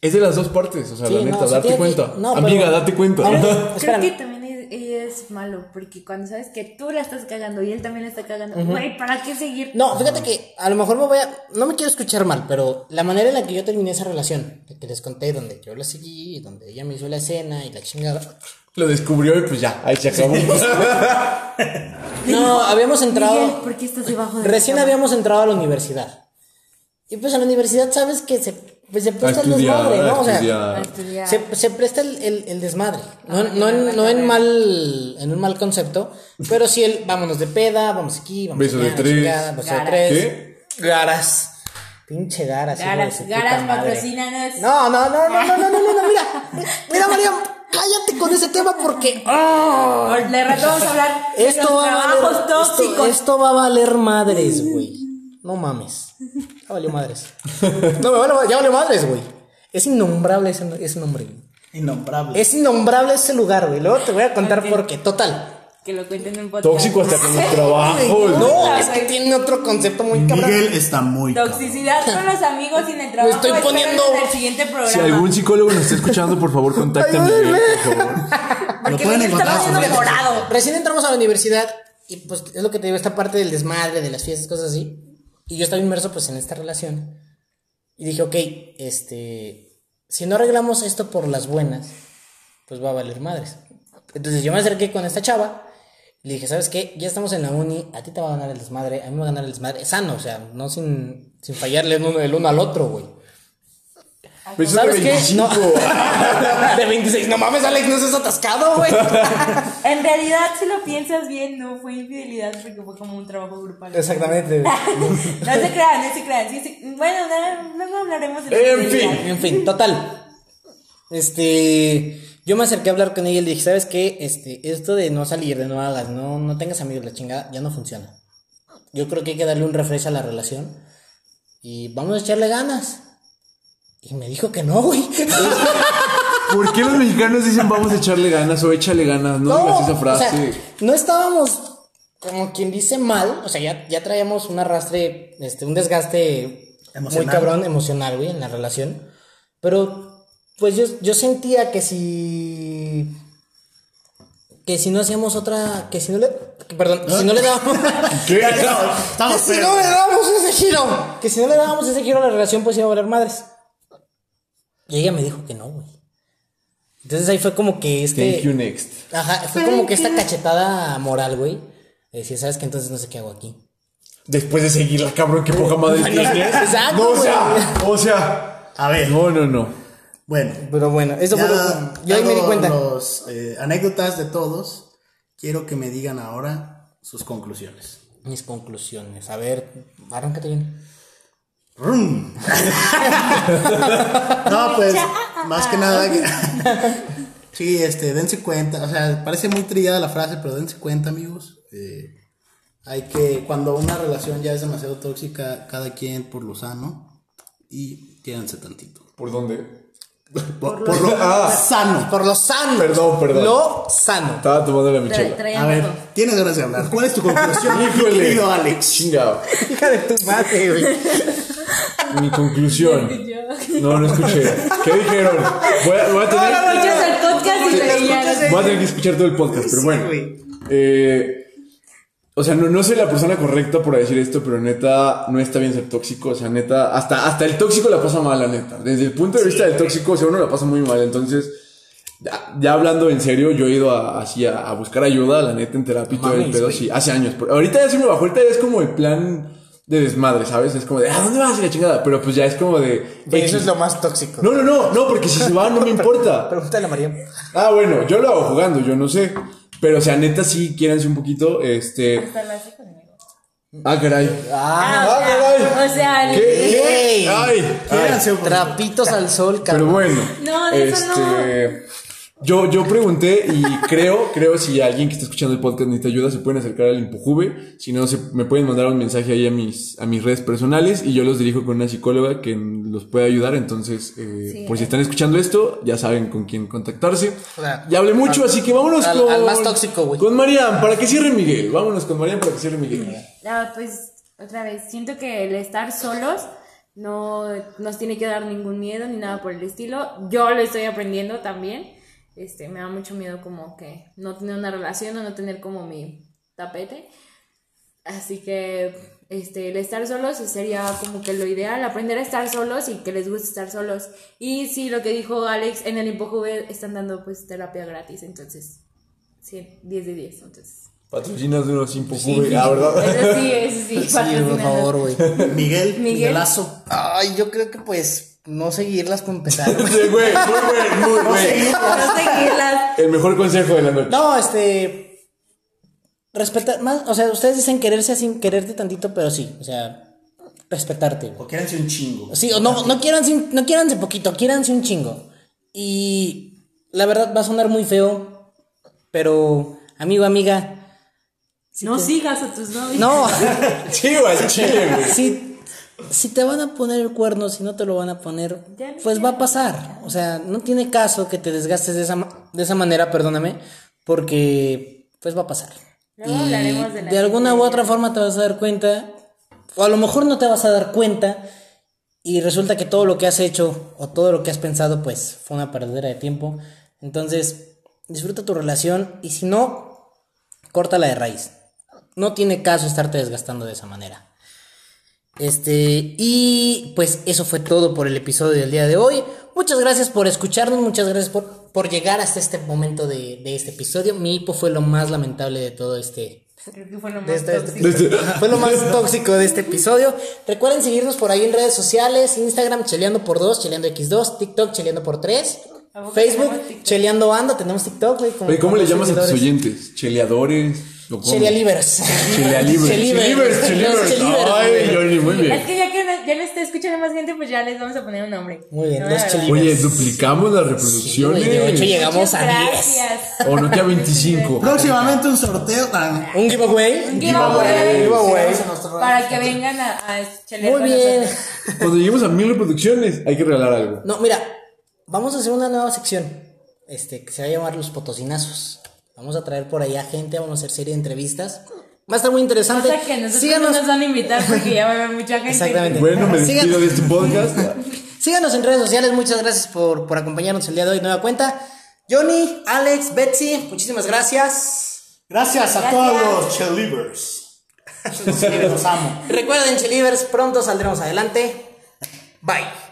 [SPEAKER 3] es de las dos partes, o sea,
[SPEAKER 1] Sí,
[SPEAKER 3] la
[SPEAKER 1] no,
[SPEAKER 3] neta,
[SPEAKER 1] se
[SPEAKER 3] date
[SPEAKER 1] tiene que-
[SPEAKER 3] cuenta.
[SPEAKER 1] no, pero-
[SPEAKER 3] Amiga, date cuenta.
[SPEAKER 1] Ahora-
[SPEAKER 4] Creo que
[SPEAKER 1] espérame.
[SPEAKER 4] también es, es malo, porque cuando sabes que tú la estás cagando y él también la está cagando, güey, ¿para qué seguir?
[SPEAKER 1] No, fíjate que a lo mejor me voy a. No me quiero escuchar mal, pero la manera en la que yo terminé esa relación, que les conté, donde yo la seguí, donde ella me hizo la escena y la chingada.
[SPEAKER 3] Lo descubrió y pues ya, ahí se acabó.
[SPEAKER 1] No, habíamos
[SPEAKER 4] Miguel,
[SPEAKER 1] entrado.
[SPEAKER 4] ¿por qué estás debajo de la
[SPEAKER 1] Recién
[SPEAKER 4] cama?
[SPEAKER 1] habíamos entrado a la universidad. Y pues a la universidad sabes que se, pues se presta el
[SPEAKER 3] estudiar,
[SPEAKER 1] desmadre,
[SPEAKER 3] a
[SPEAKER 1] ¿no? O
[SPEAKER 3] estudiar.
[SPEAKER 1] sea,
[SPEAKER 4] A estudiar.
[SPEAKER 1] se, se presta el, el- el desmadre. No,
[SPEAKER 4] Ah,
[SPEAKER 1] no, en,
[SPEAKER 4] la
[SPEAKER 1] no en
[SPEAKER 4] carrera.
[SPEAKER 1] mal, en un mal concepto, pero sí el vámonos de peda, vamos aquí, vamos
[SPEAKER 3] Beso de
[SPEAKER 1] allá, la
[SPEAKER 3] tres.
[SPEAKER 1] chingada, beso de
[SPEAKER 4] Garas.
[SPEAKER 1] tres. Garas. Pinche garas. hijo de
[SPEAKER 4] Garas,
[SPEAKER 1] su puta
[SPEAKER 4] garas,
[SPEAKER 1] madre.
[SPEAKER 4] patrocínanos.
[SPEAKER 1] No, no, no, no, no, no, no, no, no, mira. Mira, María, cállate con ese tema porque. ¡ah!
[SPEAKER 4] De rato vamos a hablar de
[SPEAKER 1] Esto
[SPEAKER 4] los
[SPEAKER 1] va, a
[SPEAKER 4] trabajos
[SPEAKER 1] valer, esto,
[SPEAKER 4] tóxicos.
[SPEAKER 1] esto va a valer madres, güey. No mames. Ya valió madres. No, me vale- ya valió madres, güey. Es innombrable ese, ese nombre. güey.
[SPEAKER 2] Innombrable.
[SPEAKER 1] Es innombrable ese lugar, güey. Luego te voy a contar por qué. Total.
[SPEAKER 4] Que lo cuenten en un podcast.
[SPEAKER 3] Tóxico hasta con los trabajos.
[SPEAKER 1] No, es que tiene otro concepto muy cabrón.
[SPEAKER 2] Miguel está muy cabrón.
[SPEAKER 4] Toxicidad con los amigos y en el trabajo.
[SPEAKER 1] estoy
[SPEAKER 4] Espérenos
[SPEAKER 1] poniendo-
[SPEAKER 4] En el siguiente programa.
[SPEAKER 3] Si algún psicólogo nos está escuchando, por favor, contáctame,
[SPEAKER 1] Ayúdenme.
[SPEAKER 3] por favor.
[SPEAKER 2] Lo
[SPEAKER 4] Porque
[SPEAKER 2] pueden encontrar
[SPEAKER 4] Miguel estaba
[SPEAKER 2] en sus
[SPEAKER 4] siendo
[SPEAKER 2] redes sociales.
[SPEAKER 4] morado.
[SPEAKER 1] Recién entramos a la universidad y pues es lo que te digo, esta parte del desmadre, de las fiestas, cosas así. Y yo estaba inmerso pues en esta relación. Y dije, ok, este, si no arreglamos esto por las buenas, pues va a valer madres. Entonces yo me acerqué con esta chava. Le dije, ¿sabes qué? Ya estamos en la uni, a ti te va a ganar el desmadre, a mí me va a ganar el desmadre. Sano, o sea, no sin, sin fallarle el uno, el uno al otro, güey.
[SPEAKER 3] Besos de
[SPEAKER 1] ¿Sabes qué?
[SPEAKER 3] 25.
[SPEAKER 1] No. De 26, no mames, Alex, no seas atascado, güey.
[SPEAKER 4] En realidad, si lo piensas bien, no fue infidelidad porque fue como un trabajo grupal.
[SPEAKER 1] Exactamente.
[SPEAKER 4] no se crean, no se crean. sí, sí. Bueno, no, luego hablaremos de la
[SPEAKER 3] En
[SPEAKER 4] infidelidad.
[SPEAKER 3] fin.
[SPEAKER 1] En fin, total. Este, yo me acerqué a hablar con ella y le dije, ¿sabes qué? Este, esto de no salir, de no hagas, no, no tengas amigos, la chingada, ya no funciona. Yo creo que hay que darle un refresh a la relación y vamos a echarle ganas. Y me dijo que no, güey.
[SPEAKER 3] ¿Por qué los mexicanos dicen vamos a echarle ganas o échale ganas? No, digas esa frase.
[SPEAKER 1] O sea, no estábamos, como quien dice, mal. O sea, ya, ya traíamos un arrastre, este, un desgaste muy
[SPEAKER 2] Emocional.
[SPEAKER 1] cabrón emocional, güey, en la relación. Pero, pues yo, yo sentía que si. Que si no hacíamos otra. Que si no le. que, perdón, que si no le dábamos.
[SPEAKER 3] ¿Qué?
[SPEAKER 2] No, estamos
[SPEAKER 1] que si no le dábamos ese giro. Que si no le dábamos ese giro a la relación, pues iba a valer madres. Y ella me dijo que no, güey. Entonces ahí fue como que este.
[SPEAKER 3] Thank you next.
[SPEAKER 1] Ajá, fue como que esta cachetada moral, güey. De decir, ¿sabes qué? Entonces no sé qué hago aquí.
[SPEAKER 3] Después de seguirla, cabrón, qué poca madre tienes.
[SPEAKER 1] exacto,
[SPEAKER 3] No, o
[SPEAKER 1] güey.
[SPEAKER 3] sea, o sea.
[SPEAKER 2] A ver,
[SPEAKER 3] No, no, no.
[SPEAKER 2] bueno.
[SPEAKER 1] Pero bueno, eso
[SPEAKER 2] Ya,
[SPEAKER 1] fue lo que. Yo
[SPEAKER 2] ya
[SPEAKER 1] ahí me di
[SPEAKER 2] lo-
[SPEAKER 1] cuenta.
[SPEAKER 2] Los, eh, anécdotas de todos. Quiero que me digan ahora sus conclusiones.
[SPEAKER 1] Mis conclusiones. A ver, arráncate bien.
[SPEAKER 2] Rum. no, pues, más que nada. que- sí, este, dense cuenta. O sea, parece muy trillada la frase, pero dense cuenta, amigos. Eh, hay que, cuando una relación ya es demasiado tóxica, cada quien por lo sano. Y quédense tantito.
[SPEAKER 3] ¿Por dónde?
[SPEAKER 2] Por, por lo sano.
[SPEAKER 1] Por lo sano.
[SPEAKER 3] Perdón, perdón.
[SPEAKER 1] Lo sano.
[SPEAKER 3] Estaba tomando la
[SPEAKER 4] Tra-
[SPEAKER 3] michela.
[SPEAKER 4] traían
[SPEAKER 2] A ver,
[SPEAKER 4] todo.
[SPEAKER 2] tienes ganas de hablar. ¿Cuál es tu conclusión, mi
[SPEAKER 3] Híjole.
[SPEAKER 2] querido Alex?
[SPEAKER 3] Chingado.
[SPEAKER 1] Hija de tu madre, güey.
[SPEAKER 3] Mi conclusión. No, no escuché. ¿Qué dijeron? Voy a, voy a tener.
[SPEAKER 4] Escuchas el podcast y
[SPEAKER 1] Escuchas
[SPEAKER 4] te- ya,
[SPEAKER 1] el eh. güey.
[SPEAKER 3] Voy a tener que escuchar todo el podcast, pero
[SPEAKER 1] Sí,
[SPEAKER 3] bueno.
[SPEAKER 1] güey.
[SPEAKER 3] Eh, o sea, no, no soy la persona correcta para decir esto, pero neta, no está bien ser tóxico. O sea, neta, hasta, hasta el tóxico la pasa mal, la neta. Desde el punto de vista del tóxico, o sea, uno la pasa muy mal. Entonces, ya, ya hablando en serio, yo he ido a, así a, a buscar ayuda, la neta, en terapia y todo el
[SPEAKER 1] Mames,
[SPEAKER 3] pedo,
[SPEAKER 1] güey.
[SPEAKER 3] sí, hace años. Pero ahorita ya se me bajó, ahorita ya es como el plan de desmadre, ¿sabes? Es como de, ¿a dónde vas? Y la chingada. Pero pues ya es como de.
[SPEAKER 1] Güey, Eso
[SPEAKER 3] X.
[SPEAKER 1] es lo más tóxico.
[SPEAKER 3] No, no, no, no, porque si se va, no me importa.
[SPEAKER 1] Pregúntale a Mariam.
[SPEAKER 3] Ah, bueno, yo lo hago jugando, yo no sé. Pero, o sea, neta, sí, quiéranse un poquito. Este.
[SPEAKER 4] Hasta la hace conmigo.
[SPEAKER 3] Ah, caray.
[SPEAKER 1] Ah,
[SPEAKER 4] Ah, o sea, o sea,
[SPEAKER 3] ¿Qué?
[SPEAKER 1] Ey.
[SPEAKER 3] ¿Qué? Ay, ay.
[SPEAKER 2] Quédense, por-
[SPEAKER 1] trapitos al sol,
[SPEAKER 3] Pero
[SPEAKER 1] cabrón.
[SPEAKER 3] bueno. este,
[SPEAKER 4] No, de eso
[SPEAKER 3] Yo, yo pregunté y creo, creo si alguien que está escuchando el podcast necesita ayuda, se pueden acercar al Impujube. Si no, se, me pueden mandar un mensaje ahí a mis, a mis redes personales y yo los dirijo con una psicóloga que los puede ayudar. Entonces, eh,
[SPEAKER 4] Sí.
[SPEAKER 3] por si están escuchando esto, ya saben con quién contactarse.
[SPEAKER 1] O sea,
[SPEAKER 3] ya hablé mucho,
[SPEAKER 1] al-
[SPEAKER 3] así que vámonos
[SPEAKER 1] al-
[SPEAKER 3] con.
[SPEAKER 1] al más tóxico, güey.
[SPEAKER 3] Con Marian, para que cierre Miguel. Vámonos con Marian para que cierre Miguel.
[SPEAKER 4] Ah, pues otra vez, siento que el estar solos no nos tiene que dar ningún miedo ni nada por el estilo. Yo lo estoy aprendiendo también. Este, me da mucho miedo como que no tener una relación o no tener como mi tapete. Así que este, el estar solos sería como que lo ideal, aprender a estar solos y que les guste estar solos. Y sí, lo que dijo Alex, en el ImpoJuve están dando pues terapia gratis, entonces, sí, 10 de 10, entonces.
[SPEAKER 3] Patrocinas de unos Impujube, la verdad.
[SPEAKER 4] Eso sí, eso sí.
[SPEAKER 1] Sí, por
[SPEAKER 4] patrocinador.
[SPEAKER 1] favor, güey.
[SPEAKER 2] Miguel,
[SPEAKER 4] Miguel.
[SPEAKER 2] Miguelazo.
[SPEAKER 1] Ay, yo creo que pues no seguirlas con pesar. güey.
[SPEAKER 3] Sí, güey, muy güey, muy güey.
[SPEAKER 4] No seguirlas.
[SPEAKER 3] El mejor consejo de la noche.
[SPEAKER 1] No, este. Respetar. Más, o sea, ustedes dicen quererse sin quererte tantito, pero sí. O sea, respetarte. güey.
[SPEAKER 2] O quédense un chingo.
[SPEAKER 1] Sí, o no, no quieranse, un- no quieranse poquito, quieranse un chingo. Y la verdad va a sonar muy feo, pero amigo, amiga,
[SPEAKER 4] No sigas a tus novios.
[SPEAKER 1] no.
[SPEAKER 3] Sí, güey, al chile, güey.
[SPEAKER 1] si, si te van a poner el cuerno, si no te lo van a poner,
[SPEAKER 4] Ya no
[SPEAKER 1] pues
[SPEAKER 4] quiero.
[SPEAKER 1] va a pasar. O sea, no tiene caso que te desgastes de esa, ma- de esa manera, perdóname, porque pues va a pasar.
[SPEAKER 4] Luego hablaremos de la
[SPEAKER 1] alguna u
[SPEAKER 4] gente.
[SPEAKER 1] otra forma te vas a dar cuenta, o a lo mejor no te vas a dar cuenta, y resulta que todo lo que has hecho o todo lo que has pensado, pues fue una perdedera de tiempo. Entonces, disfruta tu relación y si no, córtala de raíz. No tiene caso estarte desgastando de esa manera. Este, y pues eso fue todo por el episodio del día de hoy. Muchas gracias por escucharnos, muchas gracias por, por llegar hasta este momento de, de este episodio. Mi hipo fue lo más lamentable de todo este.
[SPEAKER 4] Creo que fue lo
[SPEAKER 1] de
[SPEAKER 4] más
[SPEAKER 1] este-
[SPEAKER 4] tóxico.
[SPEAKER 3] Desde-
[SPEAKER 1] fue lo más tóxico de este episodio. Recuerden seguirnos por ahí en redes sociales: Instagram, cheleando por 2, cheleando x2, TikTok, cheleando por 3,
[SPEAKER 4] ¿A poco tenemos
[SPEAKER 1] Facebook,
[SPEAKER 4] TikTok?
[SPEAKER 1] cheleando anda. Tenemos TikTok, güey. como
[SPEAKER 3] Oye, ¿cómo le llamas a tus
[SPEAKER 1] seguidores.
[SPEAKER 3] oyentes? ¿Cheleadores? ¿O cómo?
[SPEAKER 1] Chelealivers.
[SPEAKER 3] Chelealivers.
[SPEAKER 1] Chelealivers.
[SPEAKER 3] Chelealivers,
[SPEAKER 1] Los
[SPEAKER 3] chelealivers.
[SPEAKER 1] chelealivers,
[SPEAKER 3] Ay,
[SPEAKER 1] güey.
[SPEAKER 3] Johnny, muy
[SPEAKER 4] Es
[SPEAKER 3] bien.
[SPEAKER 4] que ya que no- ya lo está escuchando más gente, pues ya les vamos a poner un nombre.
[SPEAKER 1] Muy bien,
[SPEAKER 4] No,
[SPEAKER 1] los
[SPEAKER 4] la verdad.
[SPEAKER 1] chili-
[SPEAKER 3] Oye, duplicamos las
[SPEAKER 1] Sí, güey, de ocho
[SPEAKER 3] reproducciones.
[SPEAKER 1] llegamos
[SPEAKER 4] Muchas
[SPEAKER 1] a 10.
[SPEAKER 4] Gracias.
[SPEAKER 3] O no que a 25.
[SPEAKER 2] Próximamente un sorteo. Ah,
[SPEAKER 1] Un giveaway.
[SPEAKER 4] Un giveaway.
[SPEAKER 1] Giveaway.
[SPEAKER 2] síganos en nuestras redes
[SPEAKER 4] Para que
[SPEAKER 2] sociales.
[SPEAKER 4] vengan a, a chelear
[SPEAKER 1] Muy
[SPEAKER 4] con
[SPEAKER 1] bien.
[SPEAKER 4] nosotros.
[SPEAKER 3] Cuando lleguemos a mil reproducciones, hay que regalar algo.
[SPEAKER 1] No, mira, vamos a hacer una nueva sección. Este, que se va a llamar Los Potosinazos. Vamos a traer por allá gente, vamos a hacer serie de entrevistas. Va a estar muy
[SPEAKER 4] O
[SPEAKER 1] interesante.
[SPEAKER 4] sea que nosotros
[SPEAKER 1] síganos,
[SPEAKER 4] no nos van a invitar porque ya va a haber mucha gente.
[SPEAKER 1] Exactamente.
[SPEAKER 3] Bueno, me
[SPEAKER 1] Sigan-
[SPEAKER 3] despido de este podcast.
[SPEAKER 1] síganos en redes sociales. Muchas gracias por, por acompañarnos el día de hoy. Nueva cuenta. Johnny, Alex, Betsy, muchísimas gracias.
[SPEAKER 2] Gracias a todos los chelivers. Los amo.
[SPEAKER 1] Recuerden, Chelivers, pronto saldremos adelante. Bye.